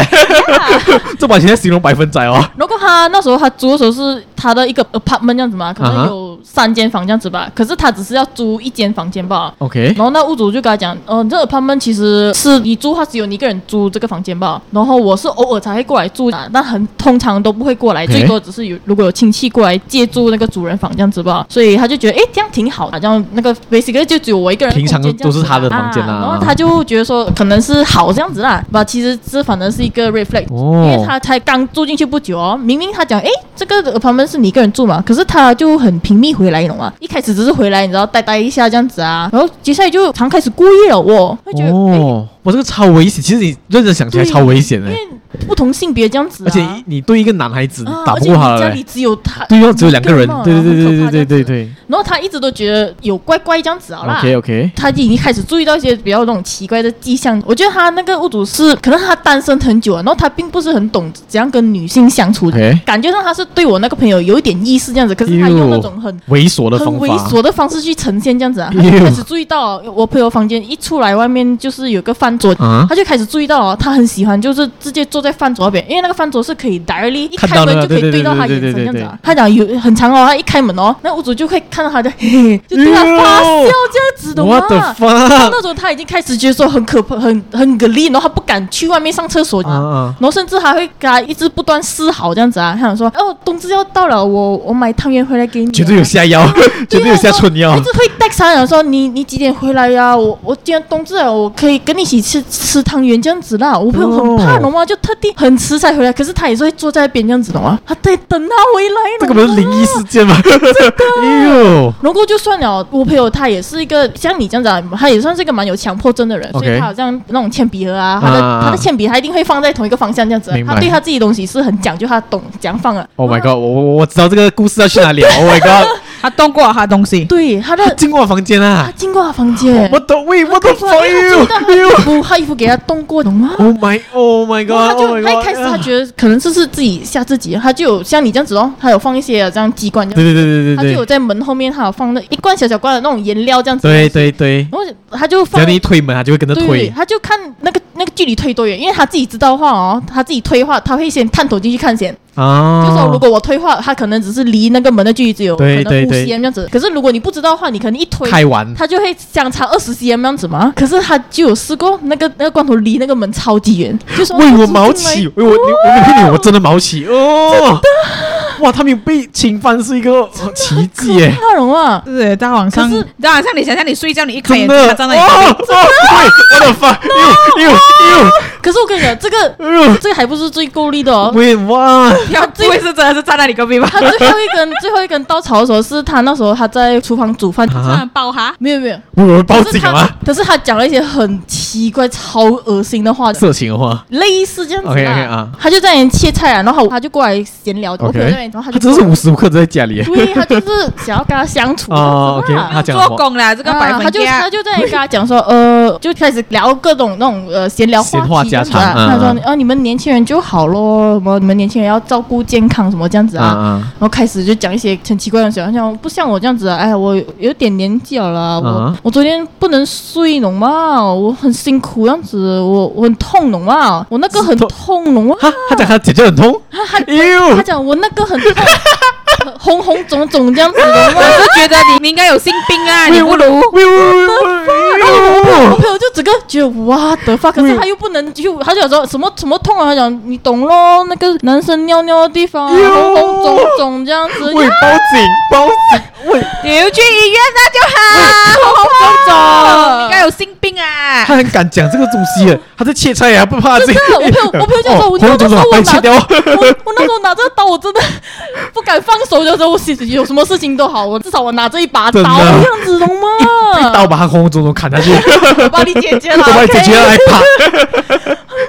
这完全在形容百分仔哦。如果他那时候他租的时候是他的一个 apartment 这样子嘛，可啊能哈有三间房这样子吧，可是他只是要租一间房间吧。 OK，然后那屋主就跟他讲，嗯、呃，这个 apartment 其实是你租，他只有你一个人租这个房间吧。然后我是偶尔才会过来住啊，但很通常都不会过来， OK 最多只是有如果有亲戚过来借住那个主人房这样子吧。所以他就觉得，诶，这样挺好的，这样那个 basically 就只有我一个人的平空常间这都样子啊，都是他的房间啦啊然后他就觉得说，可能是好这样子啦，吧，其实这反正是一个 reflect，、哦因为啊他才刚住进去不久哦，明明他讲，诶，这个 apartment 是你一个人住嘛，可是他就很频密回来，你懂吗？一开始只是回来，你知道呆呆一下这样子啊，然后接下来就常开始过夜了哦，会觉得、诶哦，我这个超危险，其实你认真想起来对啊超危险的因，为不同性别这样子、啊，而且你对一个男孩子你啊打不过他而且了你家里嘞，只有他，对哦，只有两个人嘛，对对很可对怕对对这对样对子然后他一直都觉得有怪怪这样子好啦。 ，OK OK，他已经开始注意到一些比较那种奇怪的迹象。我觉得他那个屋主是，可能他单身很久了，然后他并不是很懂怎样跟女性相处 OK 感觉上他是对我那个朋友有一点意思这样子，可是他用那种很。猥琐的很方猥法，琐的方式去呈现这样子啊，哎呦他就开始注意到我朋友房间一出来，外面就是有个饭桌，啊他就开始注意到哦，他很喜欢就是直接坐在饭桌那边，因为那个饭桌是可以 directly 一看开到门的就可以对对对到对他对眼神对这对样子对啊。他讲有很长哦，他一开门哦，那屋主就会看到他的，嘿嘿，就对他发笑这样子，懂吗 What the 到 fuck？那时候他已经开始觉得说很可怕、很很给力，然后他不敢去外面上厕所，啊啊然后甚至还会给他一直不断示好这样子啊。他想说，哦，冬至要到了，我我买汤圆回来给你啊、绝对有下药，啊绝对有下春药一。直会带他讲说你你几点回来呀、我我今天冬至了，我可以跟你一起吃吃汤圆这样子啦。我朋友很怕，哦懂吗？就特地很迟才回来，可是他也是会坐在那边这样子，懂吗？他在等他回来，这个懂不吗是灵异事件吗？ 哎呦，然后就算了，我朋友他也是一个像你这样子、啊，他也算是一个蛮有强迫症的人 OK 所以他好像那种铅笔盒啊，他的、啊他的铅笔他一定会放在同一个方向这样子啊、明白他对他自己的东西是很讲究，他懂怎样放啊。 Oh my god！我我我知道这个故事要去哪里了。Oh my god！他动过他东西，对他的进过我房间他啊！经过他房 间，我的喂，我的他注意到他 for 的 you！衣 服，他衣服给他动过，懂吗？ Oh my Oh my 然后他 god！Oh 就 my 他一 god！开始他啊觉得可能这是自己吓自己，他就有像你这样子哦，他有放一些这样机关这样，对对对他对就有在门后面他有放那一罐小小罐的那种颜料这样子，对对对对，然后他就只放要你一推门，他就会跟着对，推。他就看那个那个距离推多远，因为他自己知道的话哦，他自己推的话，他会先探头进去看先。啊，就说如果我推的话，他可能只是离那个门的距离只有可对能对五对 cm 这样子。可是如果你不知道的话，你可能一推。开完，他就会相差二十 cm 这样子嘛，可是他就有试过那个那个罐头离那个门超级远，就说为我毛他起，进来为我你我没骗你，我真的毛起哦！哇，他没有被侵犯是一个哦奇迹耶！那种啊，是在网上，可是在网上你想象你睡觉，你一开真眼的哎哦睛他站在哦，你 对，我的哎 fuck！呦呦呦！可是我跟你讲，这个哎呦这个还不是最够力的哦。喂哇！要不会是真的是站在你隔壁吧？他最后一根最后一根稻草的时候，是他那时候他在厨房煮饭，啊突然爆哈，没有没有，我们报可是警啊他了吗？可是他讲了一些很奇怪、超恶心的话，色情的话，类似这样子啦。 OK，OK，啊他就在那里切菜啊，然后他就过来闲聊，我 OK 朋友在那里，然后他他就真的是无时无刻都在家里耶。对他就是想要跟他相处哦这样子啦，OK，他讲什么？做工啦，这个百啊，他分就之他就在跟他讲说，呃，就开始聊各种那种呃闲聊闲话话题这样子家啊。常嗯他说嗯，哦，你们年轻人就好咯，什么你们年轻人要照顾健康什么这样子啊啊。啊然后开始就讲一些很奇怪的事，好像不像我这样子啊，哎呀，我有点年纪了啦，我、啊我昨天不能睡，懂吗？我很辛苦这样子，我我很痛，懂吗？我那个很是痛痛，懂吗？哈，他讲他姐姐很痛，哎他呦，讲我那个很痛， 红红肿肿这样子，懂 吗？我是觉得你你应该有性病啊，你不如喂喂喂喂我呦！朋友就整个觉得哇的发，可是他又不能就他就讲说什么什么痛啊，他讲你懂咯，那个男生尿尿的地方啊哟红红肿肿这样子，喂，报警！报警！喂，你要去医院那就好，好好走，你应该有性病啊。他很敢讲这个东西耶，他在切菜呀，不怕自己。真的我 朋友我朋友就说哦我红肿那时肿候，我把你拿切掉。我我那时候拿着刀，我真的不敢放手，就是我心里有什么事情都好，我至少我拿着一把真刀的这样子，懂 吗？刀把他红红肿肿砍下去，我帮你 解决我了，把你啊姐姐 OK？来啪。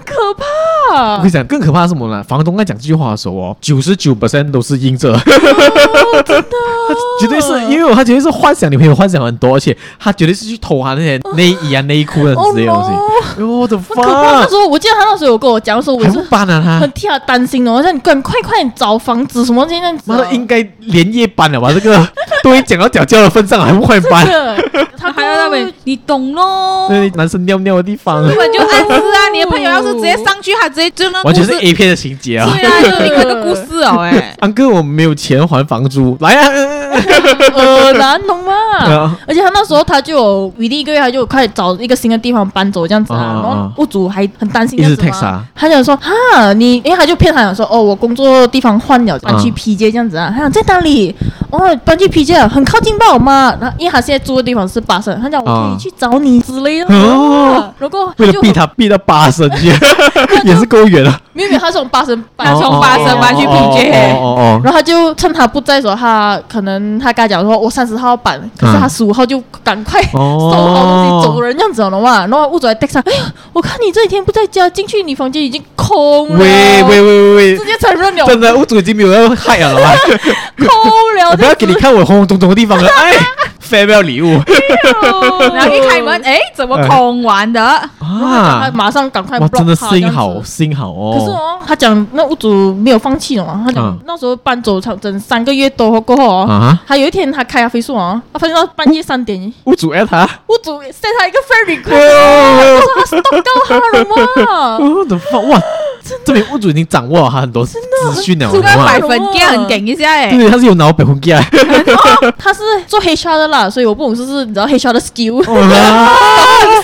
可我怕跟你。讲，更可怕的是什么呢？房东在讲这句话的时候哦，九十九 percent 都是阴着，哦真的， 绝对是因为他绝对是幻想女朋友幻想很多，而且他绝对是去偷他那些内衣啊、内裤那种之类的东 Oh 西。我的很可怕。那妈时！候我记得他那时候有跟我讲说，我还是不搬啊他很？替他担心的，哦我说你快快快找房子什么这样子妈啊、的，应该连夜搬了吧？这 个都已经讲到屌叫的份上，还不快搬？啊对，他还在那边，你懂咯。那男生尿尿的地方，根本就暗示啊！你的朋友要是直接上去，他直接就那个完故全事是 A 片的情节啊！，对啊，就另外一个故事哦，哎安哥，我没有钱还房租，来啊！呃难懂吗？对啊而且他那时候他就有余力一个月，他就快找一个新的地方搬走这样子啊，啊啊啊然后屋主还很担心这样一子直 text 嘛啊，他想说哈你，因为他就骗他讲说哦我工作地方换了，搬去啊 PJ 这样子啊，他讲在哪里？哦搬去 PJ 啊很靠近吧我妈，然后因为他现在住的地方是巴生，他讲我可啊以去找你之类的哦啊，如果为了就避他，避到八 升去， 也是够远啊了。没有没有，他是从巴生搬他从巴生搬去哦 PJ 哦哦哦然后他就趁他不在的时候，他可能他跟他讲说，我三十号板，可是他十五号就赶快收哦好东西走人这样子了嘛。然后屋主还 text 他，哎呀，我看你这几天不在家，进去你房间已经空哦！了，喂喂喂喂直接承认了，喂，真的，屋主已经没有要害了 吧？空了，我不要给你看我红红肿肿的地方 了，哎，非不要礼物 然后一开门，哎，怎么空完的？啊，啊！马上赶快哇，真的 block 他这心样子好心好可是哦。哦，他讲那屋主没有放弃哦，他嗯讲那时候搬走整整三个月多过后哦，啊！他有一天他开咖啡树哦，他发现到半夜三点，屋主艾他，屋主 send 他一个 friend request 哦他 stop 到他 了嘛。我的妈！Oh, 哇，证明屋主已经掌握了他很多资讯了，这个哇百分点很顶一下，哎，对，他是有脑百分啊之 百。他是做 HR 的啦，所以我不懂是不是你知道 HR 的 skill，、哇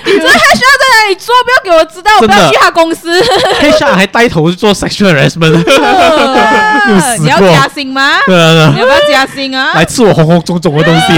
你 这还需要在哪里做？不要给我知道，我真不的要去他公 司。黑下还带头去做 sexual harassment，有死你要过加薪吗？对啊你对啊要不要加薪啊？来吃我红红肿肿的东 西。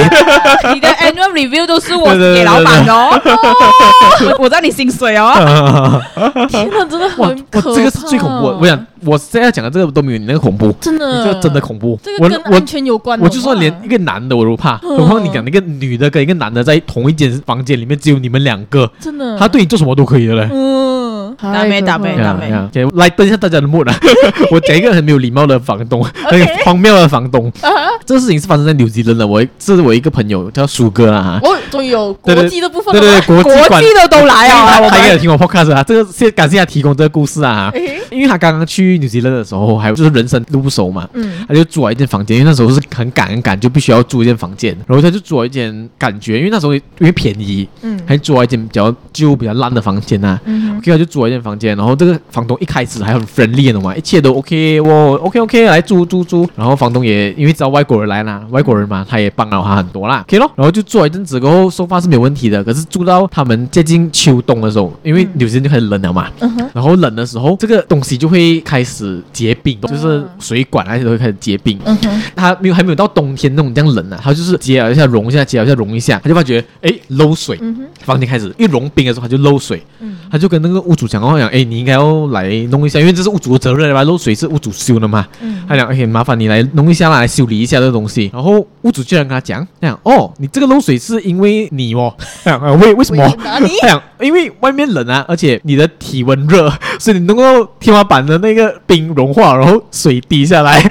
你的 annual review 都是我对对对给老板的哦，我我知道你薪水哦。 天哪，真的哇很哇，可怕。这个是最恐怖的。我想，我现在讲的这个都没有你那个恐怖，真的，你这个真的恐怖。这我个跟我安全有关的嗯我嘛。就说连一个男的我都怕，何况你讲那个女的跟一个男的在同一间房间里面，只有你们两个，真的，他对你做什么都可以的嘞。嗯，太打咩可打怕咩了打咩呀，呀来登一下大家的幕了。 我讲一个很没有礼貌的房 东，很荒谬的房东。啊这事情是发生在纽西兰的，我这是我一个朋友叫鼠哥啊。我终于有对哦国对际的部分对了对对，吗。国际国馆际的都来啊！我 他应该有们听我 podcast 啊，这个谢感谢他提供这个故事 啊，诶因为他刚刚去纽西兰的时候，还有就是人生路不熟嘛，嗯他就租了一间房间，因为那时候是很赶很赶，就必须要租一间房间，然后他就租了一间感觉，因为那时候因为便宜，嗯还租了一间比较旧比较烂的房间啊，嗯结果他就租了一间房间，然后这个房东一开始还很 friendly 的嘛，一切都 OK，我 OK OK 来租租租，然后房东也因为知道外国人来啦，外国人嘛，他也帮了他很多啦，OK 咯，然后就住了一阵子过后，收发是没有问题的，可是住到他们接近秋冬的时候，因为纽西兰就很冷了嘛，嗯哼，然后冷的时候，这个东西就会开始结冰，就是水管那些都会开始结冰。嗯哼，它没有还没有到冬天那种这样冷啊，它就是结了一下融一下，结了一下融一下，他就发觉哎漏水，嗯哼房间开始一融冰的时候它就漏水，嗯他就跟那个屋主讲然后讲，哎，你应该要来弄一下，因为这是屋主的责任嘛，漏水是屋主修的嘛。嗯他讲，哎，麻烦你来弄一下啦，来修理一下这个东西。然后屋主居然跟他讲，他讲，哦，你这个漏水是因为你哦。 他讲，呃为为什么为？ 哪里他讲，因为外面冷啊，而且你的体温热， 所以你能够天花板的那个冰融化，然后水滴下来。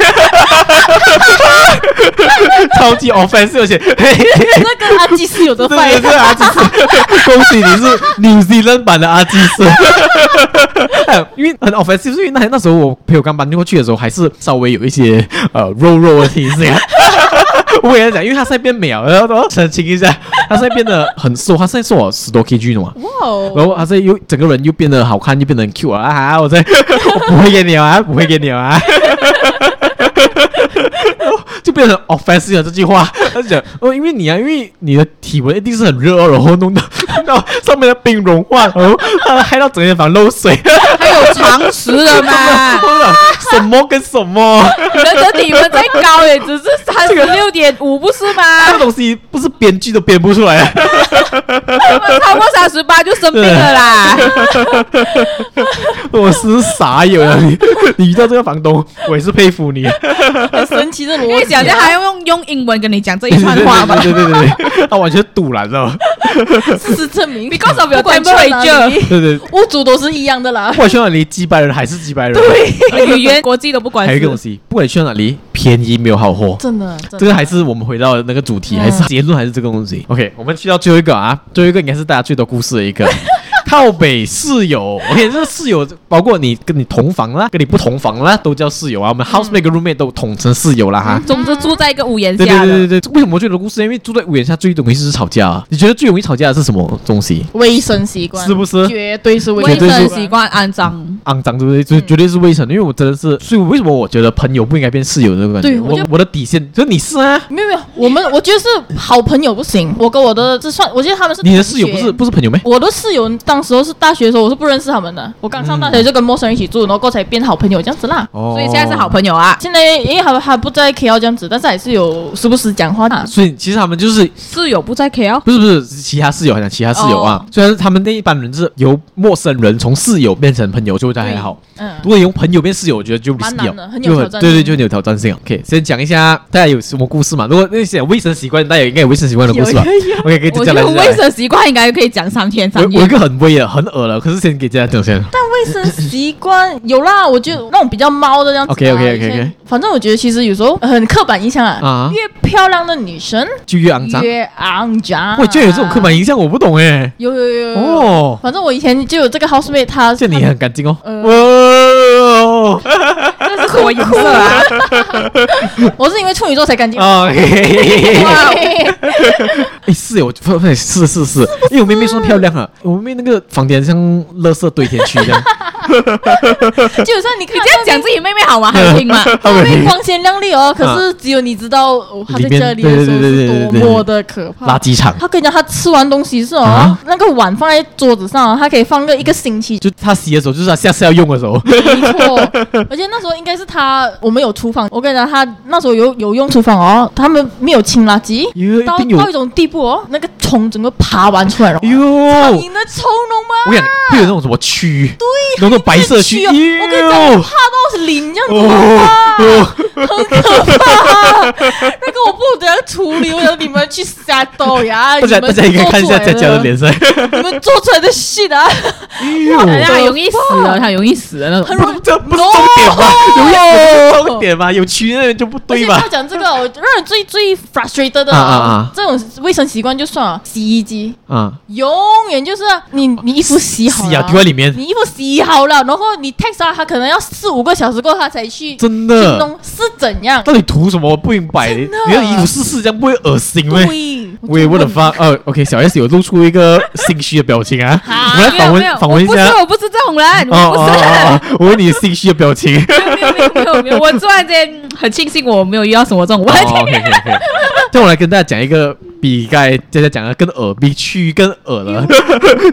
超级 offensive，而且嘿嘿嘿那跟阿基斯有的这拜也是阿基斯， 恭喜你是 New Zealand 版的阿基 斯。哎因为很 offensive，是因为那那时候我朋友刚搬过去的时候，还是稍微有一些呃肉肉的体型。 我也讲，因为他现在变美了，然后然后澄清一下，他现在变得很瘦，他现在瘦了十多 kg 了嘛。哇然哦，后他现在又整个人又变得好看，又变得很 Q 啊！啊我在 我不会给你啊，不会给你啊， 就变成 offensive 啊了这句话。他就讲哦，因为你啊，因为你的体温一定是很热哦，然后弄到弄到上面的冰融化，然后他害到整间房漏水，还有常识的嘛？ 什么跟什么？人的体温再 高也只是三十六点五，不是吗？这个东西不是编剧都编不出来。啊他们超过三十八就生病了啦。我是傻眼了，你你遇到这个房东，我也是佩服你。很神奇的因为逻辑小啊。家还要用用英文跟你讲这一串话吧对对对对对，他完全堵拦了。事实证 明， ，because of your 不管去哪 temperature，里对对，屋主都是一样的啦。不管去哪里，几百人还是几百人。，语言国际都不管还有一个东事。西，不管你去哪里，便宜没有好货。真的，真的这个还是我们回到那个主题，还是结论，还是这个东西。OK，我们去到最后一个啊，最后一个应该是大家最多故事的一个。靠北室友，OK，这个室友包括你跟你同房啦，跟你不同房啦，都叫室友啊。我们 housemate 跟 roommate 都统称室友啦哈。总之住在一个屋檐对对下的对，对对，为什么我觉得故事？因为住在屋檐下最容易就是吵架啊。你觉得最容易吵架的是什么东西？卫生习惯是不是绝对是卫卫绝对生是习惯肮脏。肮脏，对不对？绝绝对是卫生，因为我真的是，所以为什么我觉得朋友不应该变室友这个感觉？对我我就我的底线就是你是啊，没有没有，我们我觉得是好朋友不行。我跟我的这算，我觉得他们是你的同室友不学是不是朋友咩？我的室友当时候是大学的时候，我是不认识他们的。我刚上大学就跟陌生人一起住，然后过后才变好朋友这样子啦。哦所以现在是好。朋友啊，现在因为还还不在 KL 这样子，但是还是有时不时讲话的。所以其实他们就是室友不在 KL，不是不是其他室友，还讲其他室友啊哦。虽然他们那一般人是由陌生人从室友变成朋友，就会还好。嗯，如果用朋友变室友，我觉得就蛮 risk 难掉的很有就挑战对对，性就很有挑战性啊。OK，先讲一下大家有什么故事嘛？如果那些卫生习惯，大家有应该有卫生习惯的故事吧？OK，可以我接觉下来得接下卫来。生习惯应该可以讲三天我三我一夜。个很微的，很恶的，可是先给大家讲先。但卫生习惯有啦，我就那种比较猫的这样子啊。 OK，OK，OK，OK 以前反正我觉得其实有时候很刻板印象啊啊，越漂亮的女生就越肮脏。越肮脏。啊我居然有这种刻板印象，我不懂哎。有有有有有。哦，反正我以前就有这个 housemate，她这你很干净哦。哦呃哇这是什么颜色啊？ 我是因为处女座才干净。哦，嘿嘿嘿 嘿嘿哇，哎，是有，不不是是是，因为我妹妹说漂亮啊，我妹妹那个房间像垃圾堆填区一 样，基本上你可以你这样讲自己妹妹好吗？还有听吗？她她会会光鲜亮丽嗯哦，可是只有你知道哦她在家里的时候是多么的可怕垃。圾场，她跟你讲，她吃完东西是哦，啊那个碗放在桌子上，哦她可以放个一个星期，就她洗的时候，就是她下次要用的 时候，没 错。而且那时候应该是她，我们有厨房，我跟你讲，她那时候有有用厨房哦，他们没有清垃圾哟，到一定有到一种地步哦，那个虫整个爬完出来了。哟，苍我蝇的虫懂吗？跟你讲，会有那种什么蛆，对，那种白色蛆，哦我跟你讲，我哟怕到是零这样子。哦，很可怕、那个我不得处理，我让你们去杀 豆呀！大家哎你大们家应该看一下佳做出来佳的脸色，你们做出来的 shit 啊，等一下哟，很容易死的，很容易死的那种很。不容易。这不是重点吗？ 有重点吗？有蛆那边就不而 对且吧？要讲这个，我让人最最 frustrated 的、啊啊啊这种卫生习惯就算了，洗衣机啊，永远就是啊你你衣服洗好洗了，啊丢在里面，你衣服洗好了，然后你 text 他，他可能要四五个小时过后他才去去真的。弄，是怎样？到底图什么？我不明白。你真的的衣服是是这样，不会恶心吗？对，我也问了发，呃，OK，小 S 有露出一个心虚的表情啊。我们来访没有问访问一我不是下。我不是这种人，哦哦我不哦是。哦，哦我问你心虚的表情。没有没有没有没有，我突然间很庆幸我没有遇到什么这种问哦题。 ，OK OK OK。那我来跟大家讲一个比刚才大家讲的更恶，比蛆更恶 了，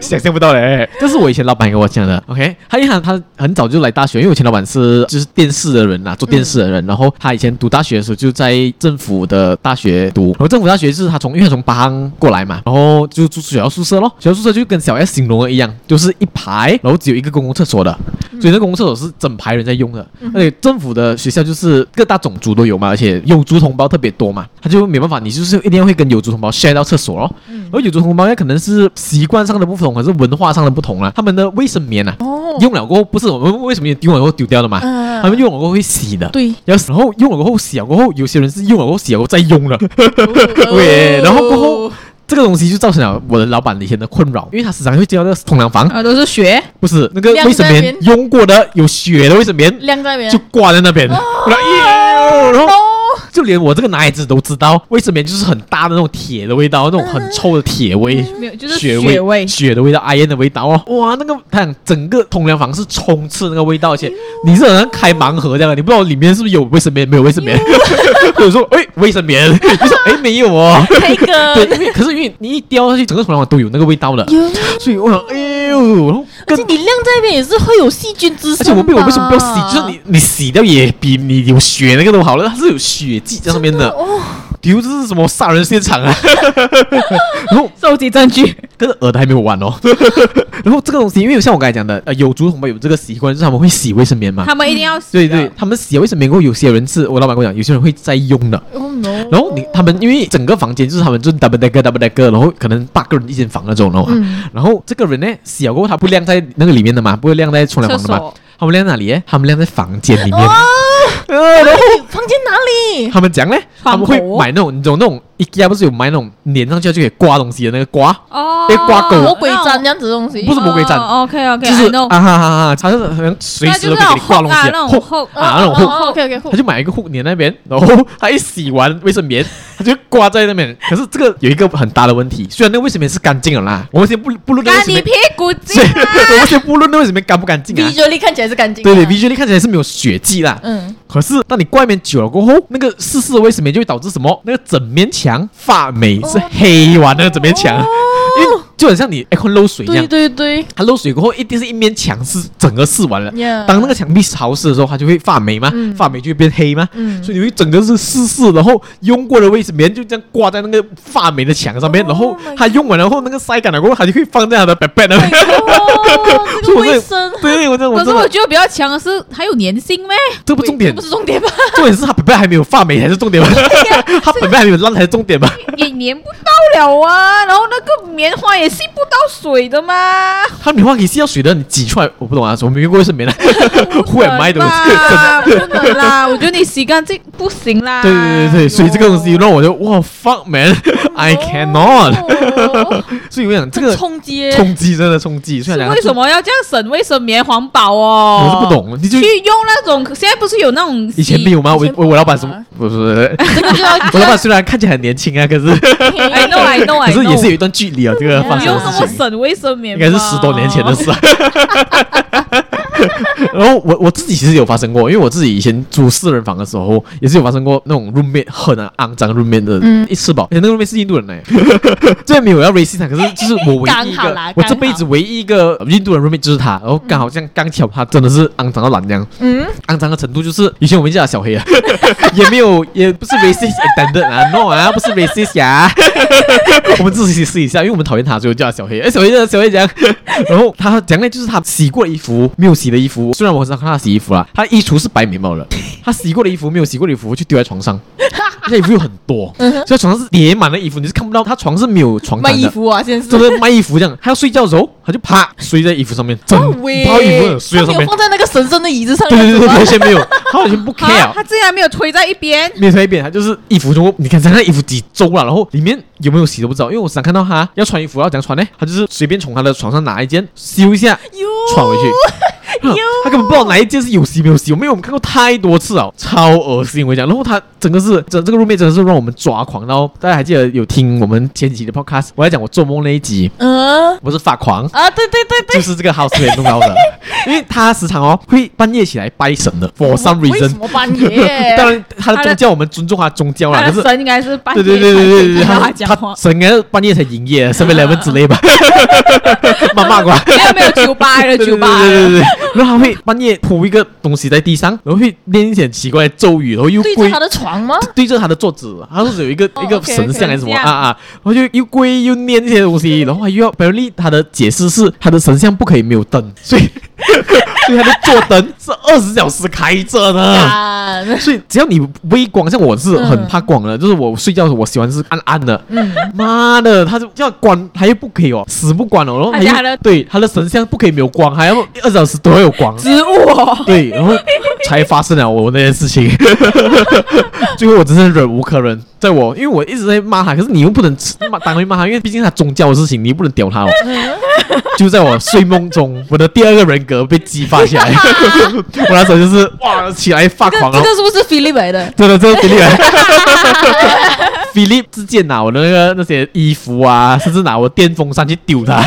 想象不到嘞。哎这是我以前老板给我讲的。OK，他一看他很早就来大学，因为我以前老板是就是电视的人呐、做电视的人。然后他以前读大学的时候就在政府的大学读，然后政府大学是他从因为他从巴항过来嘛，然后就住学校宿舍咯。学校宿舍就跟小 S 形容的一样，就是一排，然后只有一个公共厕所的，所以那公共厕所是整排人在用的。而且政府的学校就是各大种族都有嘛，而且有族同胞特别多嘛，他就没办法，你就是一定会跟有族同胞 share 到厕所咯。而有族同胞也可能是习惯上的不同，还是文化上的不同啊，他们的卫生棉啊，用了过后不是我们为什么用了过后丢掉的嘛，哦嗯他们用了过后会洗的。对，有时候用了过后洗了过后，有些人是用了过后洗了过后再用了，对，然后过后这个东西就造成了我的老板以前的困扰，因为他时常会接到那个冲凉房，啊，都是血，不是那个晾卫生在那棉边用过的有血的卫生棉晾在那边就挂在那边，我来呦，然后就连我这个男孩子都知道，卫生棉就是很大的那种铁的味道，那种很臭的铁味。没有就是血血味，血的味道，阿烟的味道哦，哇，那个它整个通凉房是充斥那个味道，而且你是好像开盲盒这样的，你不知道里面是不是有卫生棉，没有卫生棉， 或者说哎卫生棉， 你说哎没有哦，那 个对，因为可是因为你一叼下去，整个通凉房都有那个味道了，所以我想哎呦，然后而跟且你晾在那边也是会有细菌滋而生吧。且我被我为什么不要洗？就是你你洗掉也比你有血那个都好了，它是有血迹在上面的。哦，丢这是什么杀人现场啊？ 然后收集证据，但是耳的还没有完哦。 然后这个东西，因为像我刚才讲的，呃，有族同胞有这个习惯，就是他们会洗卫生棉嘛。他们一定要死对的对，，他们洗卫生棉过后，有些人是我老板跟我讲，有些人会再用的。哦 no！然后你他们因为整个房间就是他们就是 double decker double decker，然后可能八个人一间房那种，然后、嗯然后这个人呢，洗了过后他不晾在那个里面的嘛，不会晾在冲凉房的厕嘛所，哦他们晾在哪里？他们晾在房间里面。呃，哦然后房间哪里？他们讲呢，他窗们口会买那种你懂那种 IKEA 不是有买那种粘上去就可以挂东西的那个挂，哦被刮狗魔鬼毡这样子的东西不。是魔鬼毡 OK OK，就是啊 no，哈哈哈哈，它是好像随时都可以给你挂东西那就的是那种 hook hook 啊那种哦 hook，哦，OK OK，他就买一个 hook 粘那边，然后他一洗完卫生棉，他就挂在那边。 可是这个有一个很大的问题，虽然那个卫生棉是干净了啦，我们先不不论那个卫干生你棉屁，股所进以啊， 我们先不论那个卫生棉干不干净啊。 visually 看起来是干净的。对对，visually 看起来是没有血迹啦，嗯，可是，当你挂一面久了过后，那个湿湿的卫生棉就会导致什么？那个整面墙发霉，哦是黑完的整面墙，因为就很像你 aircon 漏水一样对。对对，哦它漏水过后，一定是一面墙是整个湿完了。 Yeah 嗯当那个墙壁潮湿的时候，它就会发霉嘛，发霉就会变黑嘛。所以你会整个是湿湿，然后用过的卫生棉就这样挂在那个发霉的墙上面，然后 Oh my Oh 它用完然后那个晒干了过后，它就会放在它的 bed 那边。哦，这所以我个真卫的生， 对，我真的，我可真是我的，觉得比较强的是还有粘性咩？这不重点不，是重点吧？重点是他本来还没有发霉才是重点吧？ 他本来还没有烂才是重点吧？也粘不到了啊，然后那个棉花也吸不到水的嘛，他棉花可以吸到水的，你挤出来，我不懂啊，我没用过卫生 棉的，Oh 不会卖的 能。啦，不能啦，我觉得你洗干净不行啦。对对对哎对，所以这个东西让我就哇 fuck man，I cannot。哦所以我想这个冲击耶，冲击真的冲击，虽是然为什么么要这样省卫生棉环保哦？我是不。懂，你就去用那种，现在不是有那种洗以前没有吗？我以前不我我老板什懂么啊不是不是，这个就要 我老板虽然看起来很年轻啊，可是哎？I know, I know, 可 I 是也是 know。有一段距离啊，这个发你生用的什事么情。省卫生棉应吧？该是十多年前的事。 然后我我自己其实有发生过，因为我自己以前住四人房的时候，也是有发生过那种 roommate 很肮脏 roommate 的，嗯一吃饱，而且那个 roommate 是印度人 哎，这边没有要 racist，他可是就是我唯一一刚好嗯个啦，我这辈子唯一一个印度人 roommate 就是他，然后刚好像刚巧他真的是肮脏到懒样，嗯，肮脏的程度就是以前我们叫他小黑啊， 也没有也不是 racist intended 啊，no 啊，不是 racist 呀、 我们自己试一下，因为我们讨厌他，所以我叫他小黑。哎，小黑呢？小黑讲， 然后他讲的就是他洗过的衣服，没有洗的衣服。虽然我很少看他洗衣服啦，他的衣橱是白眉毛的，他洗过的衣服没有洗过的衣服就丢在床上，而且衣服又很多，所以他床上是叠满了衣服，你是看不到他床是没有床嗯卖单衣的。服啊，现在是真。的卖衣服这样，他要睡觉的时候，他就啪睡在衣服上面，整包喂，衣服睡在他上没面有。放在那个神圣的椅子上对面，对对对，是吧完全没有，他完全不 care 啊，。他竟然没有推在一边，没有推变，他就是衣服中，你看他那衣服几周了，然后里面有没有洗都不知道，因为我常看到他要穿衣服要怎样穿呢？他就是随便从他的床上拿一件修一下，哟穿回去。哼他根本不知道哪一件是有洗没有洗，我们因为我们看过太多次了，超恶心！我跟你讲，然后他整个是整这个 roommate 真的是让我们抓狂。然后大家还记得有听我们前几集的 podcast，我在讲我做梦那一集，嗯我是发狂，啊，对对对就对，是这个 house 被弄到的。因为他时常哦会半夜起来拜神的，for some 为什 reason。么半 夜？当然，他的他的宗教我们尊重他的宗教啦，他可的是神应该是半夜对对对对对对，才听到他他讲他话，神应该是半夜才营业，seven eleven 之类吧， 妈妈瓜。没有没有酒吧对的对酒对吧，啊对对对，然后他会半夜铺一个东西在地上，然后会念一些很奇怪的咒语，然后又对跪着他的床吗？ 对着他的桌子，他是有一个、哦一个 OK，OK，神像还是什么神像啊啊，然后就又跪又念这些东西，然后还又要 apparently 他的解释是他的神像不可以没有灯，所以 所以他的坐灯是二十小时开着的。啊， 所以只要你微光，像我是很嗯怕光的，就是我睡觉的时候我喜欢是暗暗的。妈的，他就要关，他又不可以哦，死不关哦，然后他家又的对他的神像不可以没有光，还要二十小时都要有光。植物哦，对，然后才发生了我那件事情。 最后我真是忍无可忍，在我因为我一直在骂他，可是你又不能吃骂，当面骂他，因为毕竟他宗教的事情，你又不能屌他哦。嗯就在我睡梦中，我的第二个人格被激发起来，我 那时候就是哇起来发这狂个了这。个是不是菲利白的？真的，真的，菲利来，菲利之剑拿我的那个那些衣服啊，甚至拿我电风扇去丢他。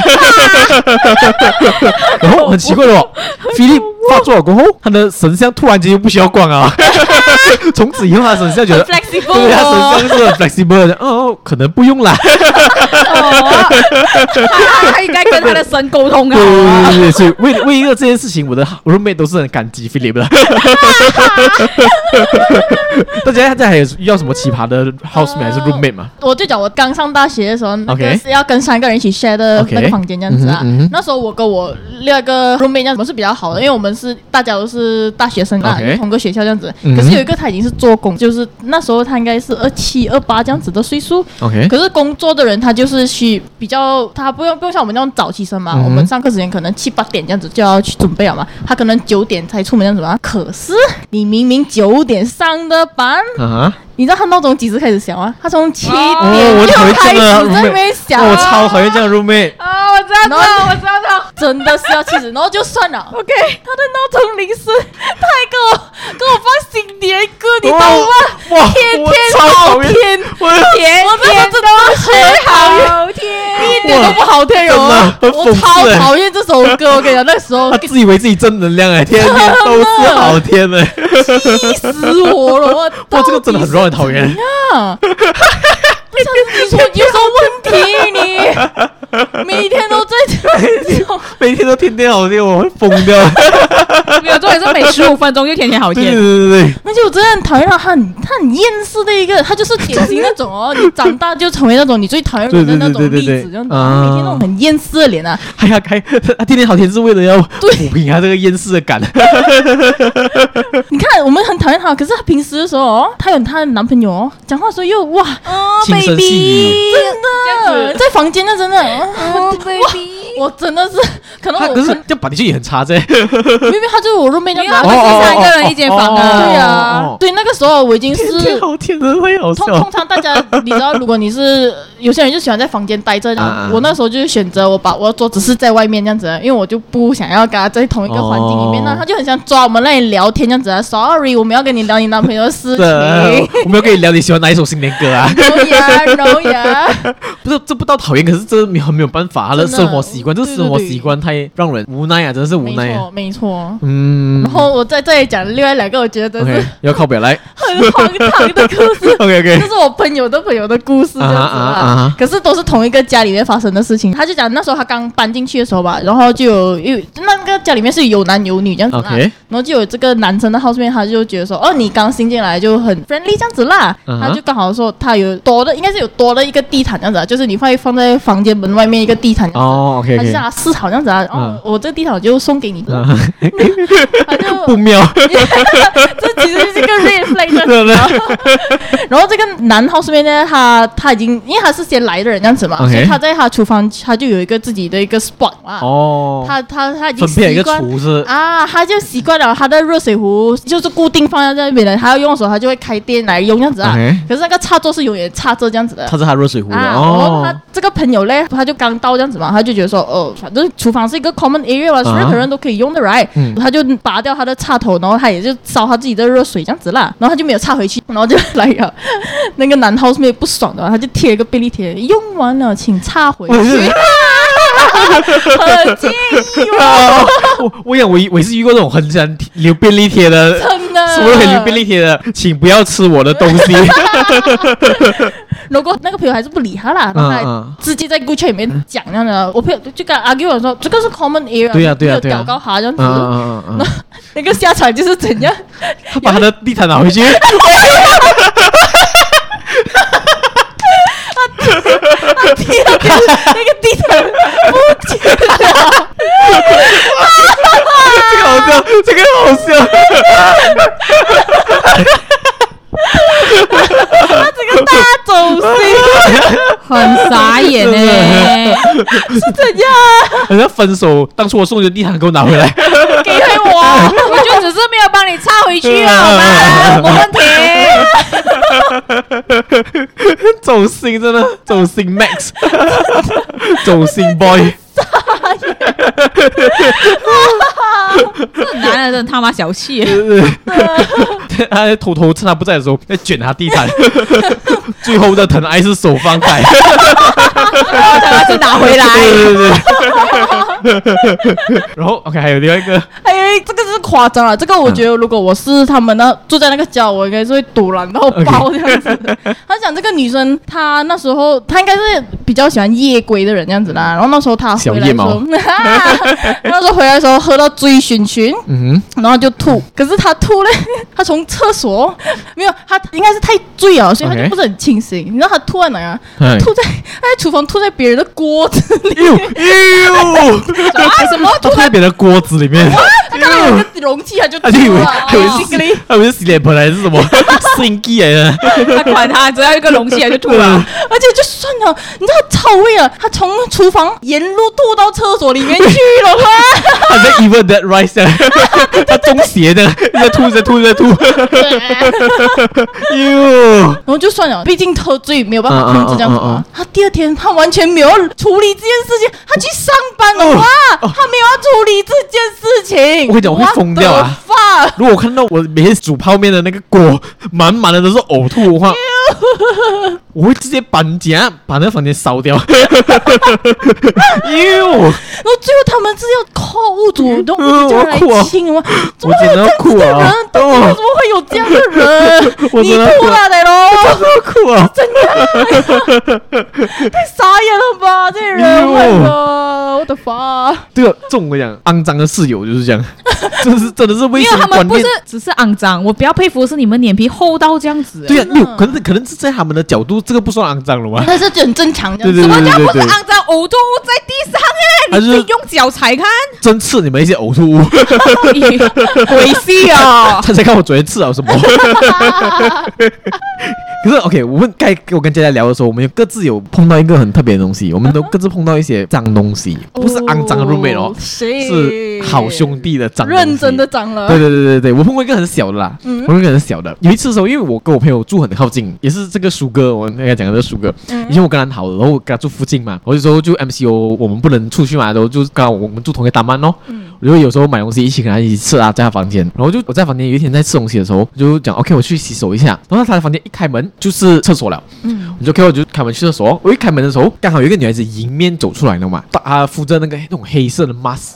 然后很奇怪的哦，菲利发作了过后，他的神像突然间就不需要逛啊。 从此以后，他的神像觉得， flexible 对，他哦神像是很 flexible 的。哦，可能不用啦。他他应该跟他的神沟通对对啊。对对，所以为为一个这件事情，我的 roommate 都是很感激 Philip 的。大家现在还有遇到什么奇葩的 housemate 还是 roommate 吗？我就讲我刚上大学的时候，那 OK 个是要跟三个人一起 share 的 OK 那个房间这样子啊。嗯哼嗯哼那时候我跟我另外一个 roommate 这样子我们是比较好的，因为我们是大家都是大学生啊 OK 同个学校这样子。嗯哼可是有一个他已经是做工，就是那时候他应该是二七二八这样子的岁数。 OK 可是工作的人他就是去比较，他不用不用像我们那种早起身嘛，嗯哼我们上课时间可能七八点这样子就要去准备了嘛，他可能九点才出门这样子嘛。可是你明明九点上的班，啊哈。你知道他闹钟几时开始响啊？他从七哦哦，我点讨就厌这开始样的在那 roommate，边响，哦我超讨厌这样的 roommate。啊，我知道，知然后道，我知道，知道。真的是要气死。然后就算了 OK，他的闹钟铃声，他还给我给我放新年歌，你懂哦吗？哇，天我天超好讨厌，天，我天我那时候真的很好，好天，一点都不好听哦。真的很我讽超刺欸讨厌这首歌，我跟你讲，那时候他自以为自己正能量哎，天天都是好天哎，气死我了。我哇，这个真的很让人讨厌。啊！你说有什么问题？你每天都在这种。每天都天天好天，我会疯掉。没有，重点是每十五分钟就天天好对对天。对对而且我真的很讨厌他，他很他很厌世的一个，他就是典型那 种哦，你长大就成为那种你最讨厌人的那种对对对例对对子，这样子，啊每天那种很厌世的脸啊，对，还要开他天天好天是为了要对抚平他这个厌世的感。你看我们很讨厌他，可是他平时的时候哦，他有他的男朋友哦，讲话的时候又 哇，哦轻声细语真的在房间那真的，哦哦，baby，我真的是可能他我可是这样把你就也很差这。明明他就是我 roommate 那没有他样们哦子，是三个人一间房哦哦哦哦啊。对啊哦，对那个时候我已经是天天好天真的会好通通笑。常大家你知道，如果你是有些人就喜欢在房间待着，然啊啊后我那时候就是选择我把我的桌子是在外面这样子，因为我就不想要跟他在同一个环境里面，哦那他就很想抓我们那里聊天这样子啊。Sorry，我们要跟你聊你男朋友的事情。对，我们要跟你聊你喜欢哪一首新年歌啊？ No 呀，No 呀，不是，这不到讨厌，可是这没有没有办法，他的真的生活习惯，这对生活对对习惯太让人无奈啊，真的是 无没奈啊错，。没错。嗯，然后我再再也讲另外两个，我觉得真 OK 是要靠北来很荒唐的故事。 ，OK 这 OK，是我朋友的朋友的故事，这样子啊啊啊啊啊。可是都是同一个家里面发生的事情。他就讲那时候他刚搬进去的时候吧，然后就有有那个家里面是有男有女这样子啦 OK 然后就有这个男生的 housemate，他就觉得说，哦，你刚新进来就很 friendly 这样子啦。嗯哼他就刚好说他有多的，应该是有多的一个地毯这样子啊，就是你会放在房间门外面一个地毯这样子。哦，OK 他就 OK，让他试好这样子啊，嗯哦，我这个地毯我就送给你，啊他就 不 妙，这其实是一个 red flag 这样子啊。 然后这个男 h o u s e 呢，他他已经因为他是先来的人这样子嘛 OK 所以他在他厨房他就有一个自己的一个 spot 啊。哦，他他他已经分配了一习个惯厨师，啊，他就习惯了他的热水壶就是固定放在那边的，他要用的时候他就会开电来用这样子啊。 OK 可是那个插座是永远插着这样子的。他是他热水壶的啊，然后哦他，这个朋友嘞，他就刚到这样子嘛，他就觉得说，哦，反正厨房是一个 common area 嘛，所有人都可以用的，right？、啊嗯他就拔掉他的插头，然后他也就烧他自己的热水这样子啦，然后他就没有插回去，然后就来了。那 个男 housemate 不爽的，他就贴了一个便利贴，用完了请插回去。我是很介意啊我我想我我也是遇过这种很喜欢留便利贴的， 真的。什么都可以留便利贴的，请不要吃我的东 西。如果那个朋友还是不理他啦，然后嗯他直接在 Good Chat 里面讲这样的，我朋友就跟他 argue 我说这个是 common area，对呀对呀你没对有呀搞搞他这样嗯嗯子，嗯嗯嗯，那个下场就是怎样？他把他的地毯拿 回去。 那个地毯不见了，这个好笑，这个好笑。他整个大走心很傻眼呢、是怎样？好像分手，当初我送你的地毯给我拿回来。给回我，我就只是没有帮你插回去了，好吗？没问题。走心真的，走心 Max，走心 Boy，这男的真的他妈小气，他在偷偷趁他不在的时候在卷他地毯。最后的疼爱是手放开，我想把这拿回来。对对对对。然后 OK，还有另外一个，哎呀，这个是夸张了，这个我觉得如果我是他们那住在那个家，我应该是会堵拦到爆这样子。他讲这个女生，她那时候她应该是比较喜欢夜归的人这样子啦。然后那时候她回来的时候，那时候回来的时候喝到醉醺醺，嗯然后就吐。可是她吐嘞，她从厕所没有，她应该是太醉了，所以她就 OK 不是很清醒。你知道她吐在哪啊？哼，吐在她在厨房吐在别人的锅 子里。呦呦，啊什么？他吐在别人的锅子里面，她看到有一个容器，她就吐他就以为了。他以为是哦他以为是洗脸盆还是什么新机来的， 他管他，只要一个容器他就吐了。嗯 而且就算了，你知道臭味啊，他从厨房沿路吐到厕所里面去了吗？他在 even that rice 这样他中邪的，一直在吐，一直在吐，一直在吐。哟，然后就算了，毕竟喝醉没有办法控制这样子嗯嗯嗯嗯嘛。他第二天他完全没有处理这件事情，他去上班了哇，他没有要处理这件事情。我跟你讲我会疯掉啊！发如果我看到我每天煮泡面的那个锅满满的都是呕吐的话，我会直接搬家，把那个房间烧 掉。哟，然后最后他们是要靠屋主动嗯叫来我哭啊亲吗？我怎么会真的要有这样子哭的啊人？！到底为什哦，？么会有这样的人我你真的要哭哭了，奶龙。我哭啊！傻眼了吧，这哎人！呦我我的妈！对啊，这种我跟你讲，肮脏的室友就是 这样，真的是真的是卫没有，生他观们不念是。只是肮脏，我比较佩服的是你们脸皮厚到这样子。对啊，有可能可能是在他们的角度，这个不算肮脏了 吧？但是很正常的，对对什对么对他对不是对，肮脏，呕吐物在地上哎，还你是自己用脚踩 看，针刺你们一些呕吐物。猥亵啊！ 他在看我昨天吃了什么。 可是 OK，我们该我跟佳佳聊的时候，我们有各自有碰到一个很特别的东西，我们都各自碰到一些脏东西，哦不是肮脏的 roommate 哦，谁是好兄弟的脏东西，认真的脏了，对对对对对，我碰过一个很小的啦，嗯我碰过一个很小的。有一次的时候，因为我跟我朋友住很靠近，也是这个叔哥，我刚才讲的这个叔哥，以前我跟他很好的，然后我跟他住附近嘛，我有时候就 MCO 我们不能出去嘛，然后就刚好我们住同一个单班咯，我就有时候买东西一起跟他一起吃啊，在他房间，然后就我在房间有一天在吃东西的时候，我就讲 OK 我去洗手一下，然后他的房间一开门就是厕所了，我就 K 我就开门去厕所，我一开门的时候，刚好有一个女孩子迎面走出来了嘛，她敷着那个那种黑色的 mask。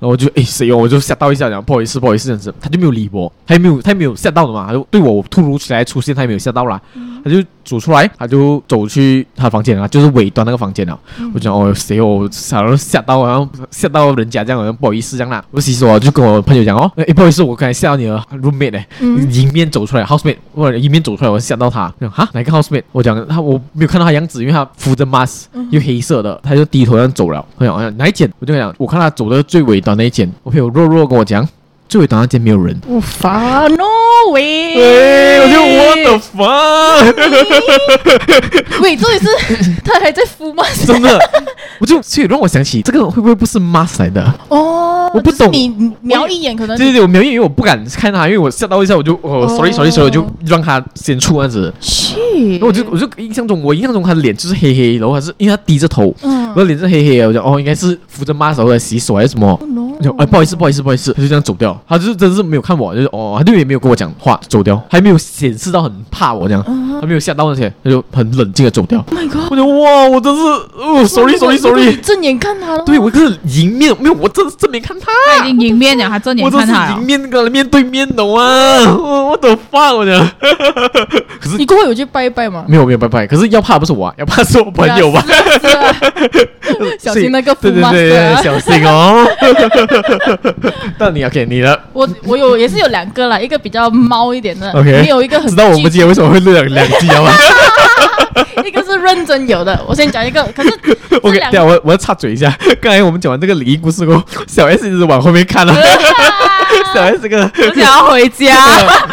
然后我就诶谁哦，我就吓到一下，讲不好意思，不好意思这样子，他就没有理我，他也没有，他也没有吓到的嘛，他就对我突如其来出现，他也没有吓到啦，他就走出来，他就走去他的房间了，就是尾端那个房间了。我就讲哦谁哦，我想到吓到，然后吓到人家这样，好像不好意思这样啦。我洗手啊，就跟我朋友讲哦，诶不好意思，我刚才吓到你了 roommate 嘞、你迎面走出来 housemate，或者迎面走出来，我吓到他，我讲哈哪个 housemate？我讲他我没有看到他样子，因为他敷着 mask，又黑色的，他就低头这样走了。我讲哎呀哪一间？我就讲我看他走的最尾端那一间，我朋友弱弱跟我讲。最尾端那间没有人，我烦，no 哎， way！我就 what the fuck，喂，这 里是他还在敷吗？真的，我就所以让我想起这个会不会不是 mask 来的？哦，我不就是懂你你瞄一眼可能对对对，我没有，因为我不敢看他，因为我吓到一下，我就哦，sorry sorry sorry，我就让他先出这样子。去然后我嗯就我就印象中，我印象中他的脸就是黑黑，然后还是因为他低着头，嗯 然后脸是黑黑的，我讲哦，应该是扶着 mask 或者洗手还是什么。嗯，no，就哎，不好意思，不好意思，不好意思，他就这样走掉。他就是真是没有看我，就是哦，他就也没有跟我讲话，走掉，还没有显示到很怕我这样，嗯他没有吓到那些，他就很冷静的走 Oh 掉。 ，My God！我就哇，我真是，哦，sorry sorry 你 sorry，正眼看他了，对我可是迎面，没有，我正正面看他，他已经迎面了，他正我眼这看是他啊迎了。面跟他面对面的哇，哦我我的发我讲，可是你过后有去拜一拜吗？没有没有拜拜，可是要怕不是我、啊，要怕是我朋友吧。是啊？是啊小心那个对 full 对对 mask 对，啊小心哦。到你 OK，你了。我我有也是有两个啦，一个比较猫一点的 OK，没有一个很知道我们今天为什么会录两两季了吗 一个是认真有的。我先讲 一个，可是？OK，两对啊，我我要插嘴一下，刚才我们讲完这个灵异故事后，小 S 一直往后面看了，小 S 这个。我想要回家。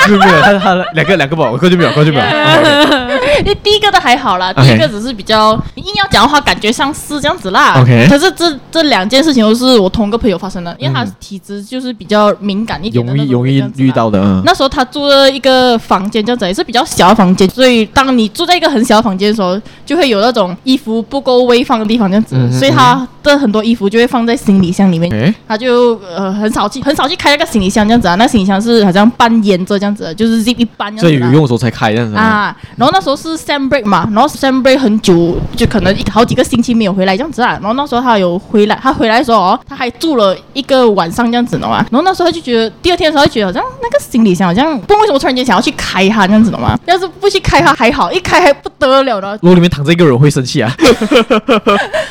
没有没有，他他两个两个吧，我过去没有，过去没有。OK，因为第一个的还好啦，第 OK 一个只是比较你硬要讲的话，感觉像是这样子啦。 OK 可是这这两件事情都是我同一个朋友发生的，因为他体质就是比较敏感一点的容那易种容易遇。这样子啦到的，嗯那时候他住了一个房间，这样子也是比较小的房间，所以当你住在一个很小的房间的时候，就会有那种衣服不够位放的地方，这样子，嗯哼所以他的很多衣服就会放在行李箱里面。诶他就呃很少去很少去开那个行李箱这样子啊，那行李箱是好像半沿着这样子的，就是 zip 一半这所以有样子、啊。用的时候才开这样子吗。啊，然后那时候是 s a m break 嘛，然后 s a m break 很久，就可能一好几个星期没有回来这样子啊。然后那时候他有回来，他回来的时候哦，他还住了一个晚上这样子的嘛。然后那时候他就觉得，第二天的时候他就觉得好像那个行李箱好像不知道为什么突然间想要去开它这样子的嘛。要是哎不去开它还好，一开还不得了了，如果里面躺着一个人我会生气啊，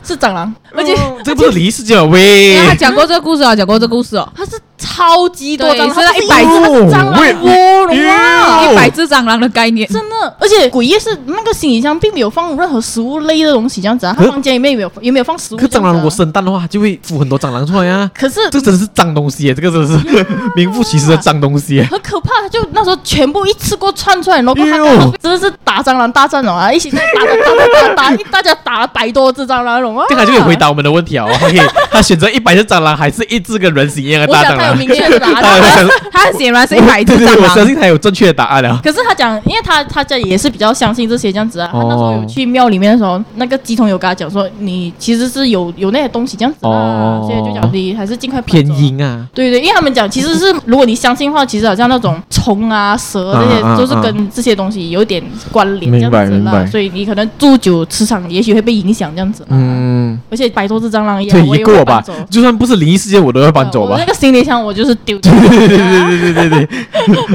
是蟑螂，而且、这不是灵异事件啊喂因为。他讲过这个故事哦，讲过这个故事哦。它是超级多蟑对螂，是那它不是100它是蟑哦喂螂窝了哇！哦一百只蟑螂的概念，真的，而且鬼夜是那个行李箱并没有放任何食物类的东西，这样子啊，可他是房间里面也没有也没有放食物可这样蟑子啊。螂如果生蛋的话，就会孵很多蟑螂出来 啊。可是这真的是脏东西耶，这个真的 是名副其实的脏东西耶。很可怕，就那时候全部一次过窜出来，然后他哎呦真的是打蟑螂大战了啊！一起打打打打打打，一大家打了百多只蟑螂那种啊！这个就可以回答我们的问题啊。OK，他 选择一百只蟑螂，还是一只跟人形一样的我大想蟑他有螂？明确的答当然案。想他很显然是一百只哦对对蟑对，我相螂。 信他有正确的答案啊了。可是他讲，因为他他家里也是比较相信这些这样子啊。他那时候哦有去庙里面的时候，那个鸡童有跟他讲说，你其实是有有那些东西这样子啊哦，所以就讲你还是尽快搬偏走啊阴啊，对对，因为他们讲，其实 是如果你相信的话，其实好像那种虫啊、蛇这些，啊啊都是跟这些东西有点关联这明样白子明啦。白所以你可能住久磁场也许会被影响这样子。嗯，嗯，而且百多只蟑螂也对，我也也够会了搬吧走。？就算不是灵异事件，我都要搬走我吧那。个行李箱我就是丢 掉对对对对对对对对。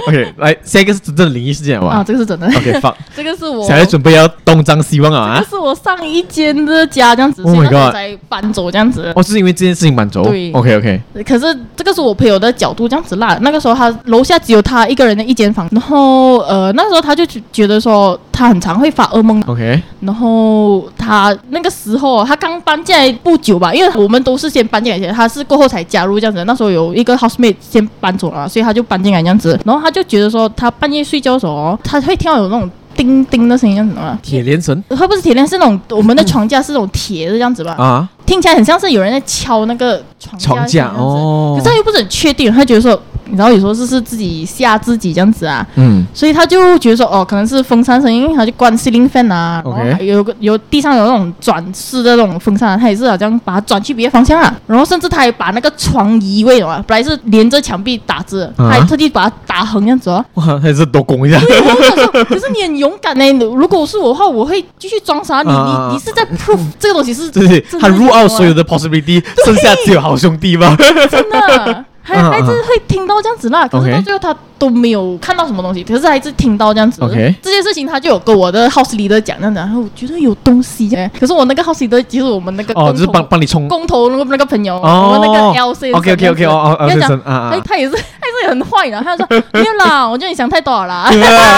OK，来，下一个是真正的灵异事件好啊，吧这个是真的。 ？OK，放， 这个是我，小孩准备要东张西望了这啊个。是我上一间的家这样子， Oh 所以 my 那时候 god 才搬走这样子。哦，是因为这件事情满足。对 OK OK，可是这个是我朋友的角度这样子啦。那个时候他楼下只有他一个人的一间房，然后呃那时候他就觉觉得说他很常会发噩梦， OK，然后他那个时候他刚搬进来不久吧，因为我们都是先搬进来，他是过后才加入这样子。那时候有一个 housemate 先搬走了，所以他就搬进来这样子。然后他就觉得说，他半夜睡觉的时候哦，他会听到有那种叮叮的声音，这样子嘛。铁连绳它不是铁链，是那种我们的床架是那种铁的这样子吧？啊，听起来很像是有人在敲那个床架床架这样子哦可是他又不是很确定，他觉得说，你知道有时候是是自己吓自己这样子啊，嗯，所以他就觉得说，哦，可能是风扇声音，他就关 ceiling fan 啊，然 OK 后还有个有地上有那种转式的那种风扇、啊，他也是好像把它转去别的方向啊，然后甚至他还把那个床移位了嘛，本来是连着墙壁打字，啊他还特地把它打横这样 子哦。哇，还是多攻一下。 对我想说，可是你很勇敢呢、如果是我的话，我会继续装傻。你啊你你 是在 proof 这个东西是对对，真的他 rule 有啊 out 所有的 possibility，剩下只有好兄弟吧。真的，还嗯嗯还是会听到这样子啦。可是 OK 到最后他都没有看到什么东西，可是还是听到这样子。 OK 这件事情他就有跟我的 house leader 讲这样子，然后我觉得有东西耶。可是我那个 house leader 其实我们那个哦，工就是帮头帮你冲。工头那个那个朋友，哦我们那个 L C OK OK OK 哦哦跟他 L 讲 C 啊啊他他也是他也是很坏的，他就说没有啦，我觉得你想太多 了啦，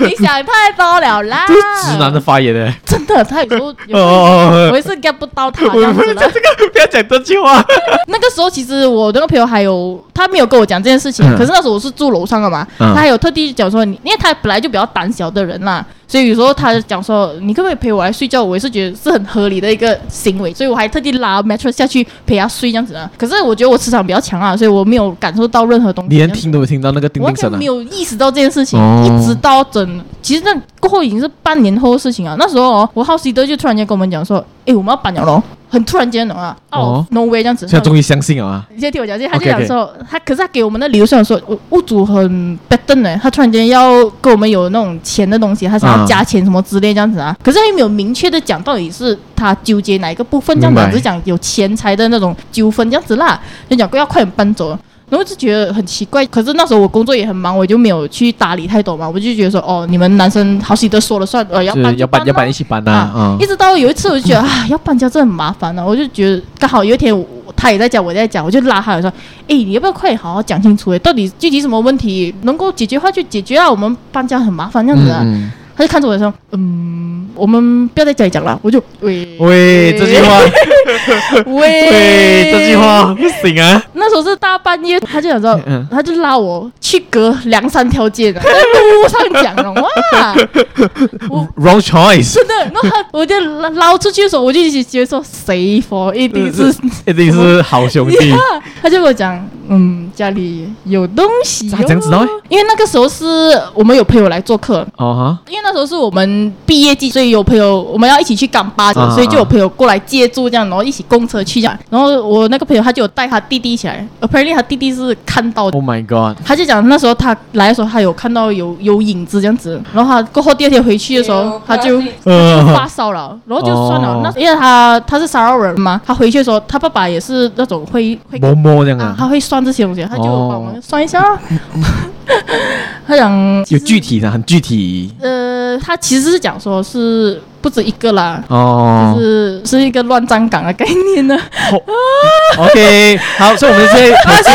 你想太多了啦，这是直男的发言呢。真的，他有时候哦有时候哦我哦也是 get 不到他哦，这样子啦讲。 这个，不要讲这句话。那个时候其实我那个朋友还有他没有跟我讲这件事情，嗯可是那时候我是住楼上的嘛，嗯他还有特地讲说你，因为他本来就比较胆小的人啦，所以有时候他讲说你可不可以陪我来睡觉，我也是觉得是很合理的一个行为，所以我还特地拉 mattress 下去陪他睡这样子啊。可是我觉得我磁场比较强啊，所以我没有感受到任何东你连怎样听都没听到那个叮我完叮声全啊没！有意识到这件事情，哦一直到整，其实那过后已经是半年后的事情啊。那时候哦，我好奇的就突然间跟我们讲说，诶，我们要搬了咯，很突然间的啊，哦哦，Norway 这样子。现在终于相信了啊！你先听我讲，他就 OK，OK 讲说他可是他给我们的理由上说，我屋主很 b a d 呢，他突然间要跟我们有那种钱的东西，他想要啊加钱什么之类这样子啊。可是他又没有明确的讲到底是他纠结哪一个部分，这样子明啊白只是讲有钱财的那种纠纷这样子啦，就讲要快点搬走。然后就觉得很奇怪，可是那时候我工作也很忙，我就没有去搭理太多嘛，我就觉得说，哦，你们男生好心的说了算，呃，要就搬是要搬要就搬咯一起搬呐啊啊！，一直到有一次，我就觉得 啊，要搬家真的很麻烦了、我就觉得刚好有一天我他也在讲，我也在讲，我就拉他来说，哎，你要不要快点好好讲清楚？哎，到底具体什么问题能够解决的话就解决啊，我们搬家很麻烦这样子啊。嗯他就看着我说，嗯，我们不要在家里讲了。我就喂嗯喂，这句话，喂喂，这句话不行啊！那时候是大半夜，他就想说嗯，他就拉我去隔两三条街的，在路上讲 了哇。 Wrong choice，真的，然后他我就捞捞出去的时候，我就一直觉得说谁佛一定是一定嗯是好兄 弟他就跟我讲，嗯，家里有东西、咋哦。这样子的哦因为那个时候是我们有朋友来做客，哦哈！因为那时候是我们毕业季，所以有朋友我们要一起去港巴的，啊所以就有朋友过来借住这样，然后一起公车去这样。然后我那个朋友他就有带他弟弟一起来，apparently 他弟弟是看到的 Oh my god！他就讲那时候他来的时候，他有看到有有影子这样子，然后他过后第二天回去的时候， 他就发呃，烧了，然后就算了。哦那因为他他是沙捞人嘛，他回去的时候，他爸爸也是那种会会摸摸这样啊，他啊，会算这些东西，他就哦帮我们算一下啦。 他讲有具体的，很具体呃，他其实是讲说是不止一个啦，哦。是是一个乱葬岗的概念呢。 OK，好， 所以我们现在口气，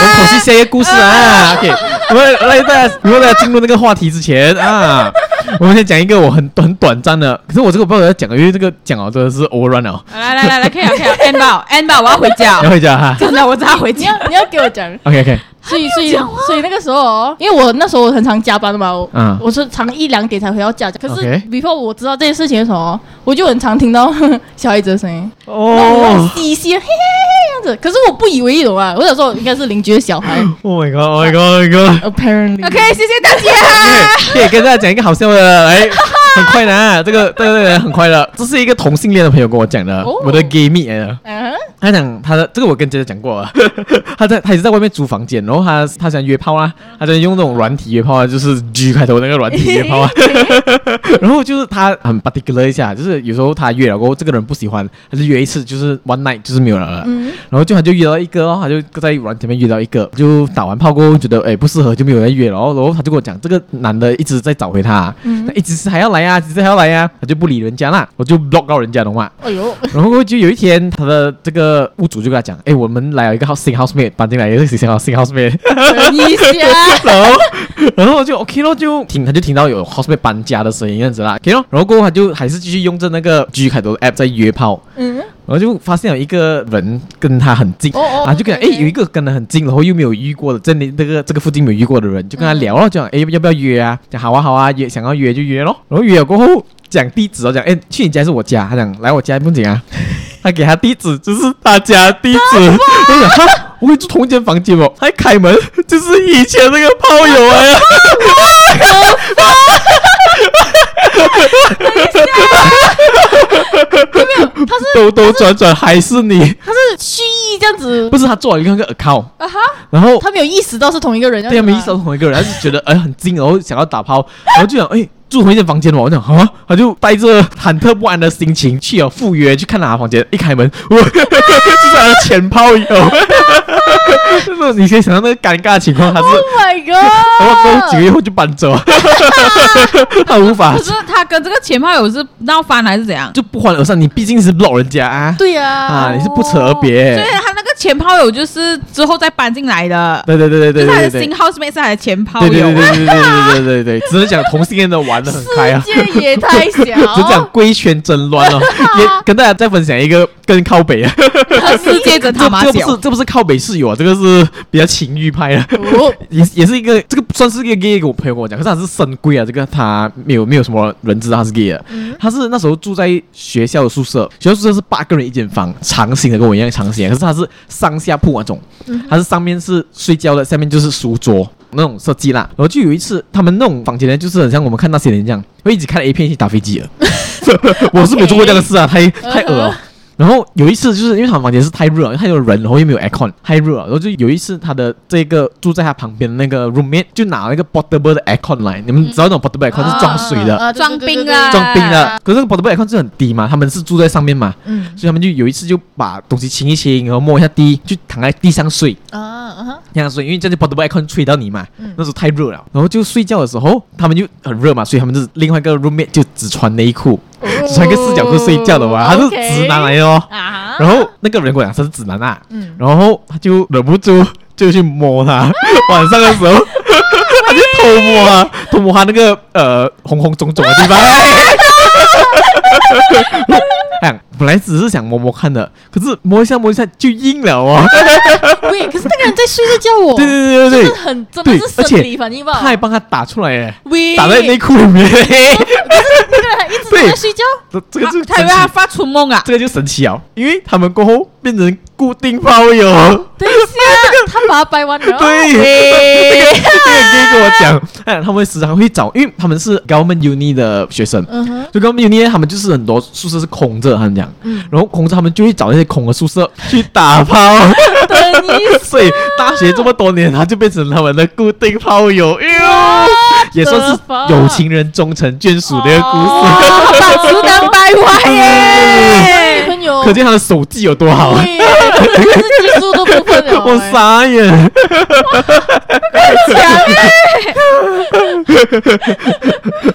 我们口气下一个故事啊。OK，我们来大家，如果大家进入那个话题之前 啊，我们先讲一个我很很短暂的，可是我这个不知道要讲，因为这个讲哦真的是 overrun 了，来来来来，啊可以了可以了，N 吧 N 吧，我要回 家要哦，回家哈。真的，我真的要回 你家。要你要给我讲， OK OK，所以所以所以那个时候哦，因为我那时候我很常加班的嘛，我、嗯我是常一两点才回到家。可是 OK before 我知道这件事情的时候哦，我就很常听到 小孩子的声音，然后我很哦嘻嘻嘿嘿嘿这样子。可是我不以为意的嘛，我想说应该是邻居的 小孩，Oh my god，Oh my god，Oh my god。 ，apparently。 OK，谢谢大家。可以跟大家讲一个好笑的，来，很快的啊，这个对对对，很快的，这是一个同性恋的朋友跟我讲的，哦我的 gay 哎蜜来的。嗯哼他讲他的这个我跟杰杰讲过啊， 他在他也是在外面租房间，然后他他想约炮啊，他就用那种软体约炮啊，就是 G 开头那个软体约炮啊， 然后就是他很 particular 一下，就是有时候他约了过后这个人不喜欢，他就约一次就是 one night 就是没有了，啊然后就他就约到一个哦，他就在软体里面约到一个，就打完炮过后觉得哎不适合就没有再约了，然后然后他就跟我讲这个男的一直在找回他，他一直是还要来啊，一直还要来啊，他就不理人家啦，我就 block 到人家懂吗？哎呦，然后过后就有一天，他的这个屋主就跟他讲：“哎，我们来了一个 house 新 housemate 搬进来，一个新 house 新 housemate。等一下，然后， 然后我就 OK 咯，就听他就听到有 housemate 搬家的声音这样子啦，OK 咯。然后过后他就还是继续用着那个 G 开头的 app 在约炮，嗯，然后就发现有一个人跟他很近，哦哦啊，就跟他哎 OK，OK 有一个跟他很近，然后又没有遇过的，这里这个这个附近没有遇过的人，就跟他聊了，就讲哎要不要约啊？讲好啊好啊，约想要约就约咯。然后约了过后讲地址哦，讲哎去你家还是我家？他讲来我家不行啊， 他给他地址就是他家地址，我讲哈。我跟你住同一间房间哦，他一开门就是以前那个炮友哎、呀。他是兜兜转转还是 你，他是蓄意这样子，不是他做了一个那个 account，啊哈，然后他没有意识到是同一个人，对啊，没意识到同一个人，他就觉得哎很近，然后想要打炮，然后就想哎住同一间房间嘛，我讲啊，他就带着忐忑不安的心情去了赴约，去看他的房间，一开门，我 就是他的前炮友， 就是你可以想象那个尴尬的情况，他是 Oh my 然后过 god！几个月后就搬走， 他无法可是他跟这个前炮友是闹翻还是怎样？就不欢而散，你毕竟是老人家啊，对呀、啊哦啊，你是不辞而别所以，他那个前炮友就是之后再搬进来的，对对对对对就是他对的对新。housemate 是他的前炮对对友对。对对对对对对，只能讲同性恋的玩的很开啊。，世界也太小只讲规圈争乱哦，也跟大家再分享一个更靠北啊，世界啊真他这妈这不小是。这不是靠北室友啊，这个是比较情欲派的，哦，也也是一个这个算是一个 gay，我朋友跟我讲，可是他是深闺啊，这个他没有没有什么人知道他是 gay 的，他是那时候住在学校的宿舍，学校宿舍是八个人一间房，长形的跟我一样长形，可是他是上下铺那种，它是上面是睡觉的，下面就是书桌那种设计啦。然后就有一次，他们那种房间呢，就是很像我们看那些人这样，会一直看 A 片去打飞机的。 我是没做过这样的事啊，太太恶了。然后有一次，就是因为他们房间是太热了，太多人，然后又没有 aircon，太热了。然后就有一次，他的这个住在他旁边的那个 roommate 就拿了一个 portable 的 aircon 来，你们知道那种 portable aircon 是装水的，嗯啊对对对对对装冰啊装冰的。可是 portable aircon 是很低嘛，他们是住在上面嘛，嗯所以他们就有一次就把东西清一清，然后摸一下地，就躺在地上睡，啊啊哈，这样睡，因为这样就 portable aircon 吹到你嘛。嗯那时候太热了，然后就睡觉的时候，他们就很热嘛，所以他们就是另外一个 roommate 就只穿内裤，只穿个四角裤睡觉的哇，他是哦 OK 直男来的哦。啊哈，然后那个人跟我讲他是直男啊，嗯然后他就忍不住就去摸 他，晚上的时候他就偷摸他，偷摸他那个呃红红肿肿的地 方。哎，本来只是想摸摸看的，可是摸一下摸一下就硬了哦。喂，可是那个人在睡着觉哦，对对对对就对是，很真的是对而且生理反应哦吧？他还帮他打出来耶，喂，打在内裤里 面。那个人还一直对在睡觉，这这个就他神以为奇他发春梦啊，这个就神奇哦，因为他们过后变成固定炮友。哦等一下，他把他掰弯了，对，这个这个 gay 跟我讲，哎，他们时常会找，因为他们是呃 government uni 的学生，嗯哼，就 government uni 他们就是很多宿舍是空着，他们讲，嗯然后空着他们就会找那些空的宿舍去打 炮，等一所以大学这么多年，他就变成他们的固定炮友，哎呦也算是有情人终成眷属的一个故哦事。下，把竹竿掰坏耶！朋友，可见他的手技有多好，对，这是技术的部分了，我哎傻眼。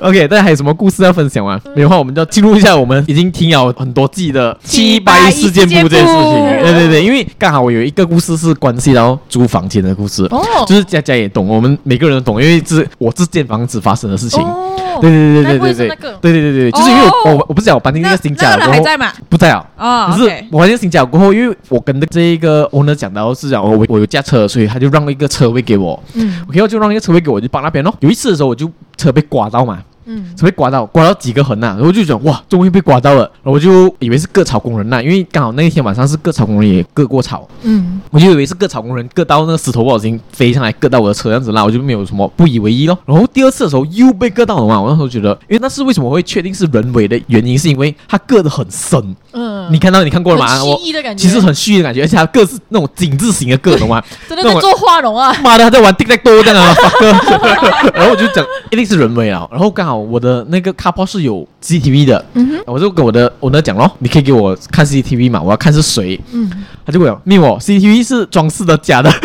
OK，大家还有什么故事要分享吗？没有的话，我们就进入一下我们已经听了很多季的七八一事件簿这件事情。 781对对对，因为刚好我有一个故事是关系到租房间的故事，哦就是佳佳也懂，我们每个人都懂，因为是我这间房子发生的事情。哦对对对对难对怪是对那个对对对对，就是因为我哦我我不是讲我搬进那那个新家了，那个人还然后在吗？不在啊。哦可是，OK，我搬进新家过后，因为我跟这一个 owner 讲到是讲我我我有驾车，所以他就让了一个车位给我。嗯 OK，我就让一个车位给我，我就搬那边咯。有一次的时候，我就车被刮到嘛，嗯车被刮到，刮到几个痕啊呐、然后我就讲哇，终于被刮到了，然后我就以为是割草工人呐、因为刚好那一天晚上是割草工人也割过草，嗯，我就以为是割草工人割到那个石头不小心飞上来割到我的车这样子啦，我就没有什么不以为意咯。然后第二次的时候又被割到了嘛，我那时候觉得，因为那是为什么我会确定是人为的原因，是因为它割得很深，嗯，你看到你看过了很吗？我蓄意的感觉，其实很虚的感觉，而且它割是那种紧致型的割，懂吗？ 真的在做化脓啊，妈的，他在玩 tic tac toe 这样啊 fucker 然后我就讲，一定是人为啊。然后刚好我的那个 carport 是有 CCTV 的，嗯我就跟我的 owner 讲咯，你可以给我看 CCTV 嘛，我要看是谁。嗯，他就跟我讲，没有哦，CCTV 是装饰的，假的。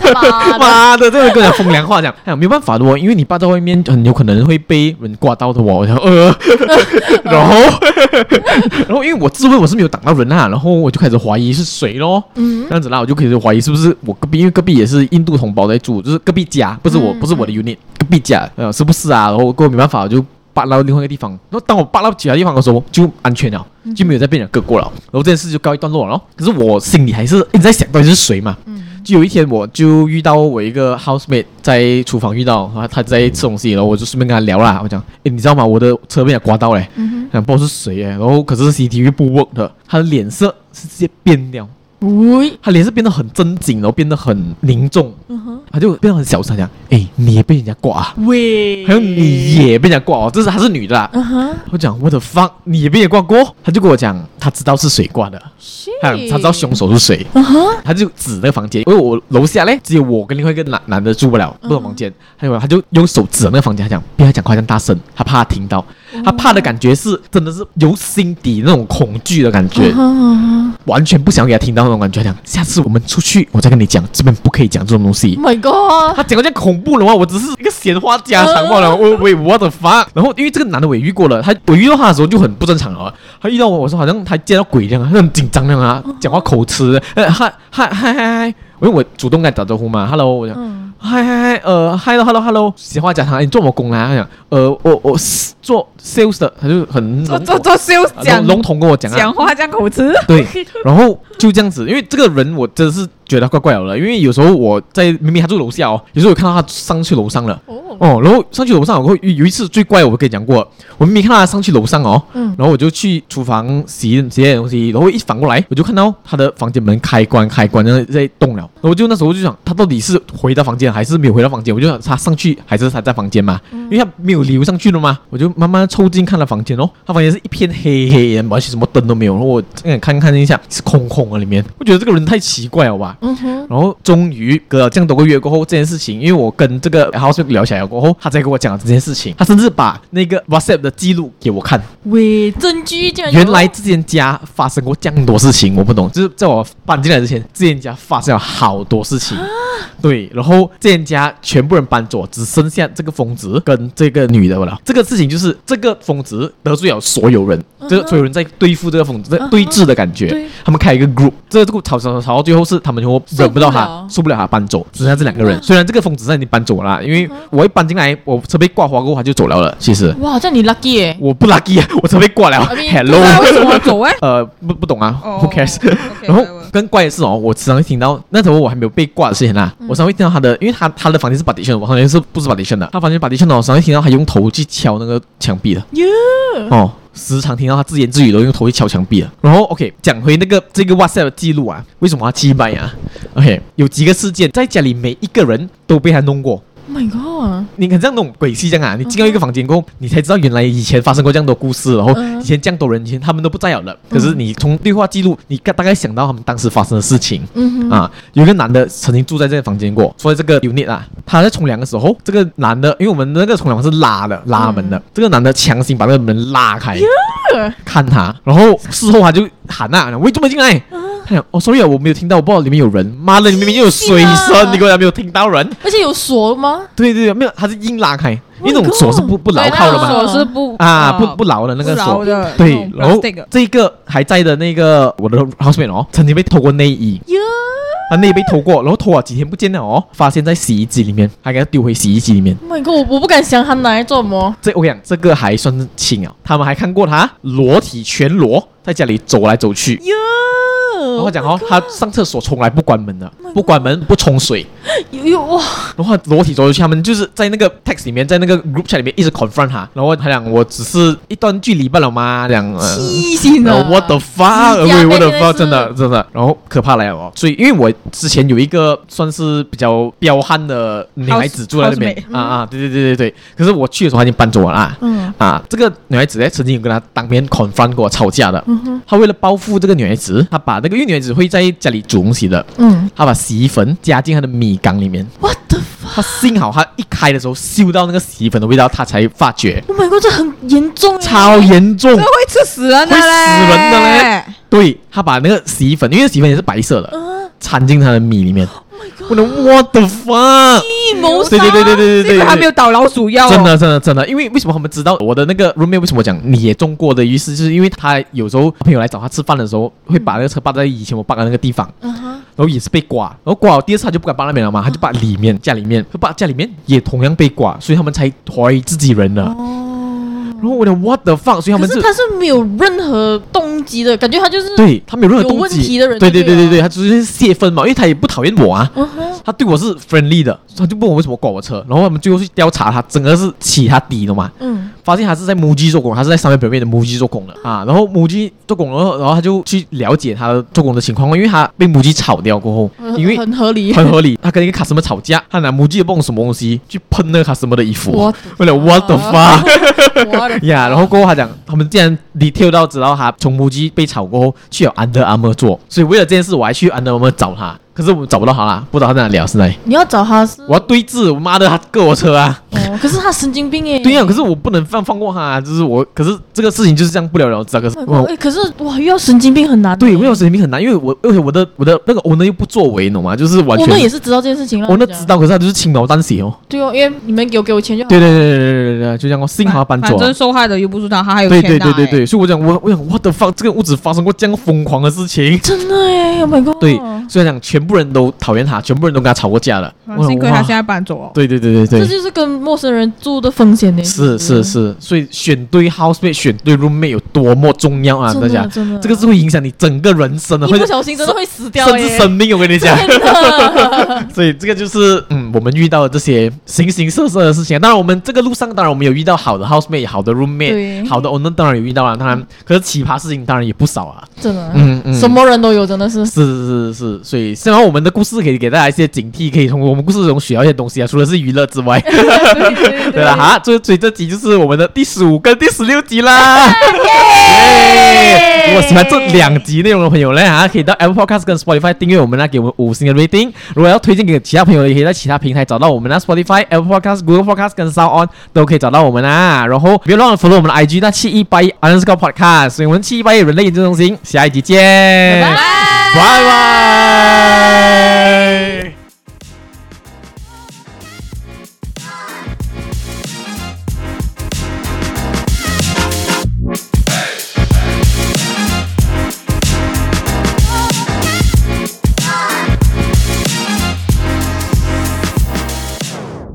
他妈的，妈的，这个跟我讲风凉话讲，哎呀，没办法的哦，因为你爸在外面很有可能会被人刮到的哦。我想， 呃，然后， 然后因为我自问我是没有挡到人啊，然后我就开始怀疑是谁咯。嗯这样子啦，我就开始怀疑是不是我隔壁，因为隔壁也是印度同胞在住，就是隔壁家，不是我，嗯不是我的 unit，隔壁家，呃，是不是啊？然后我没办法，我就扒到另外一个地方。然后当我扒到其他地方的时候，就安全了，嗯就没有再被人割过了。然后这件事就告一段落了咯。可是我心里还是一直在想到底是谁嘛。嗯就有一天，我就遇到我一个 housemate 在厨房遇到，然后他在吃东西，然后我就顺便跟他聊啦。我讲，诶，你知道吗？我的车被人刮到嘞，嗯想不知道是谁欸诶。然后可是 CCTV 不 work 的，他的脸色是直接变掉。哼，喂，他脸色变得很正经，然后变得很凝重，嗯哼，他就变得很小声讲：“哎，你也被人家挂、啊，喂，还有你，也被人家挂哦，这是她是女的啦。嗯哼，我讲我的 fuck，你也被人家挂过？他就跟我讲，他知道是谁挂的，是他讲他知道凶，手是谁，嗯哼，他就指那个房间，因为我楼下嘞只有我跟另外一个男男的住不了不同房间，还有他就用手指着那个房间，他讲不要讲话，这样大声，他怕他听到，他怕的感觉是真的是由心底那种恐惧的感觉嗯，哼完全不想给他听到那种感觉，讲下次我们出去，我再跟你讲，这边不可以讲这种东西。 ，My God，他讲到这样恐怖的话，我只是一个闲话家常罢了。我我我的妈！然后因为这个男的我也遇过了，他我遇到他的时候就很不正常了。他遇到我，我说好像他见到鬼一样，他很紧张那样哦啊，讲话口吃，呃，嗨嗨嗨嗨，因为我主动跟他打招呼嘛，hello，我讲。嗯，嗨嗨嗨，呃，hello hello hello，闲话家常，哎你做什么工啊？他讲，呃，我我是做 sales 的，他就很做笼做做 sales 统讲笼笼统跟我讲啊，讲话这样口吃，对，然后就这样子，因为这个人我真的是觉得怪怪了了，因为有时候我在明明他住楼下哦，有时候我看到他上去楼上了。哦，哦，然后上去楼上，我有有一次最怪，我跟你讲过，我明明看到他上去楼上哦，嗯然后我就去厨房洗洗点东西，然后一反过来，我就看到他的房间门开关开关，然后在动了，然后我就那时候就想，他到底是回到房间还是没有回到房间？我就想他上去还是他在房间嘛，因为他没有留上去了嘛，我就慢慢凑近看他房间哦，他房间是一片黑黑的，完全什么灯都没有，然后我看看看一下是空空的里面，我觉得这个人太奇怪了吧，嗯哼，然后终于隔了这样多个月过后，这件事情，因为我跟这个 house 聊起来了过后，他才跟我讲了这件事情，他甚至把那个 WhatsApp 的记录给我看，伪证据竟然有原来这间家发生过这样多事情，我不懂，就是在我搬进来之前，这间家发生了好多事情，对，然后这间家全部人搬走，只剩下这个疯子跟这个女的了。这个事情就是这个疯子得罪了所有人，这个所有人在对付这个疯子，在对峙的感觉。对他们开一个 group，这个吵吵吵吵到最后是他们就忍不到他，受不了他搬走，只剩下这两个人。虽然这个疯子现在已经搬走了啦，因为我一搬进来，我车被挂滑过后他就走了了。其实哇，这样你 lucky 耶，我不 lucky，啊，我车被挂了。嗯 I mean， Hello，那为什么走哎？呃，不不懂啊、哦 w h o cares？、 OK， 然后 whatever 更怪的是哦，我时常会听到那时候我还没有被挂的事情啦，我常会听到他的，因为他他的房间是 partition，我房间是不是 partition 的？他房间 partition 的，我常会听到他用头去敲那个墙壁的。哟，哦，时常听到他自言自语，都用头去敲墙壁了。然后 OK，讲回那个这个 WhatsApp 的记录啊，为什么他击败啊？OK，有几个事件在家里每一个人都被他弄过。 Oh my god！你很像那种鬼戏这样啊！你进到一个房间过后，你才知道原来以前发生过这样多故事，然后嗯以前这样多人，以前他们都不在了的。可是你从对话记录，你大概想到他们当时发生的事情。嗯哼，啊，有一个男的曾经住在这个房间过，所以这个 unit 啊，他在冲凉的时候，这个男的，因为我们那个冲凉是拉的，拉门的，这个男的强行把那个门拉开，看他，然后事后他就喊啊，喂，怎么进来？他讲哦，sorry 啊，我没有听到，我不知道里面有人。妈的，里面有水声，你根本没有听到人。而且有锁吗？对对对，没有，他是硬拉开，因为那 Oh my 种锁是不不牢靠的对那嘛，种手是不哦啊，不不牢的那个不锁牢。的对，然后 plastic 的这个还在的那个我的 housemate 哦，曾经被偷过内衣，哟，他内衣被偷过，然后偷了几天不见了哦，发现在洗衣机里面，还给他丢回洗衣机里面。 Oh my god！我我不敢想他拿来做什么。这我跟你讲，这个还算是轻啊，他们还看过他裸体全裸在家里走来走去。哟，然后讲 Oh 哦，他上厕所从来不关门的 my，God 不关门不冲水，有有哇，然后他裸体走出去，他们就是在那个 text 里面，在那个 group chat 里面一直 confront 他，然后他讲我只是一段距离罢了嘛，这样。呃畸形然啊后我的发，指甲喂，我的那发，个是真的真的，然后可怕来了哦。所以，因为我之前有一个算是比较彪悍的女孩子 House- 住在那边 housemate 啊啊，对对对对对。可是我去的时候她已经搬走了啦。嗯啊，这个女孩子呢，曾经有跟她当面 confront 过吵架的。嗯哼她为了报复这个女孩子，她把那个因为女孩子会在家里煮东西的，嗯她把洗衣粉加进她的米缸里面。 ，What the fuck？她幸好她一开的时候嗅到那个洗衣粉的味道，她才发觉， Oh my god！这很严重耶，超严重这。会吃死人的会嘞，死人的嘞。对，她把那个洗衣粉，因为洗衣粉也是白色的，啊掺进她的米里面。 ！Oh my 不 god！能 what the fuck？一谋杀，对对对对对对这对个还没有对。倒老鼠药、哦，真的，真的，真的，因为为什么他们知道我的那个 roommate 为什么讲你也中过的意思，就是因为他有时候朋友来找他吃饭的时候，会把那个车霸在以前我霸的那个地方，嗯哼，然后也是被刮，然后刮了第二次他就不敢霸那边了嗯嘛，他就霸里面家里面，就霸家里面也同样被刮，所以他们才怀疑自己人了。哦。然后我讲 what the fuck，所以他可们是他是没有任何动机的感觉，他就是，对他没有任何嗯有动问机题的人对就对啊对对对了对，他就是泄愤嘛，因为他也不讨厌我啊，嗯哼，他对我是 friendly 的，他就问我为什么刮我车，然后我们最后去调查他，整个是起他底的嘛，嗯，发现他是在 MUJI 做工，他是在商业表面的 MUJI 做工的啊，然后 MUJI 做工，然后然后他就去了解他的做工的情况，因为他被 MUJI 炒掉过后，因为嗯很合理，很合理，他跟一个 customer 吵架，他拿 MUJI 的不懂什么东西去喷那个 customer 的衣服 What，为了 what the fuck。我的呀、然后过后他讲，他们竟然 detail 到知道他从母鸡被炒过后去了 Under Armour 做，所以为了这件事我还去 Under Armour 找他，可是我找不到他啦，不知道他在哪里了，现在你要找他是我要对峙，我妈的，他割我车啊！哦，可是他神经病哎，对呀、可是我不能放放过他、啊，就是我，可是这个事情就是这样不了了之啊，可是 Oh my 我 god，。哎，可是哇，遇到神经病很难耶，对，我有神经病很难，因为我而且我的我的那个 owner 又不作为，你懂吗？就是完我全们也是知道这件事情了， owner 这样知，道，可是他就是轻描淡写哦。对哦，因为你们有给我钱就好，对对对对对对对对，就这样哦，幸好他搬走反啊正。受害的又不是他，他还有对钱对拿、对对对，所以我讲我我想我的 fuck，这个屋子发生过这样疯狂的事情。真的哎，Oh my god，对，所以讲全部人都讨厌他，全部人都跟他吵过架了。哎，幸亏他哇现在搬走哦。对对对对这对，就是跟陌生生人住的风险呢。嗯是是是，所以选对 housemate、选对 roommate 有多么重要啊！真大的家真的，这个是会影响你整个人生的，一会不小心真的会死掉甚耶至生命。我跟你讲，真的 所以这个就是嗯，我们遇到的这些形形色色的事情。当然，我们这个路上当然我们有遇到好的 housemate、好的 roommate、对嗯好的 owner，当然有遇到啊了。当然，可是奇葩事情当然也不少啊。真的，嗯嗯什么人都有，真的是。是是是，所以希望我们的故事可以给大家一些警惕，可以从我们故事中学到一些东西啊。除了是娱乐之 外，对了哈，这所以这集就是我们的第十五跟第十六集啦。耶！如果喜欢这两集内容的朋友呢，啊，可以到 Apple Podcast 跟 Spotify 订阅我们啦，给我们五星的 rating。如果要推荐给其他朋友，也可以在其他平台找到我们啦，Spotify、Apple 啊 Podcast、Google Podcast 跟 Sound On 都可以找到我们啦。然后别忘了 follow 我们的 IG，那七一八一 underscore podcast。所以我们七一八一人类研究中心，下一集见，拜拜。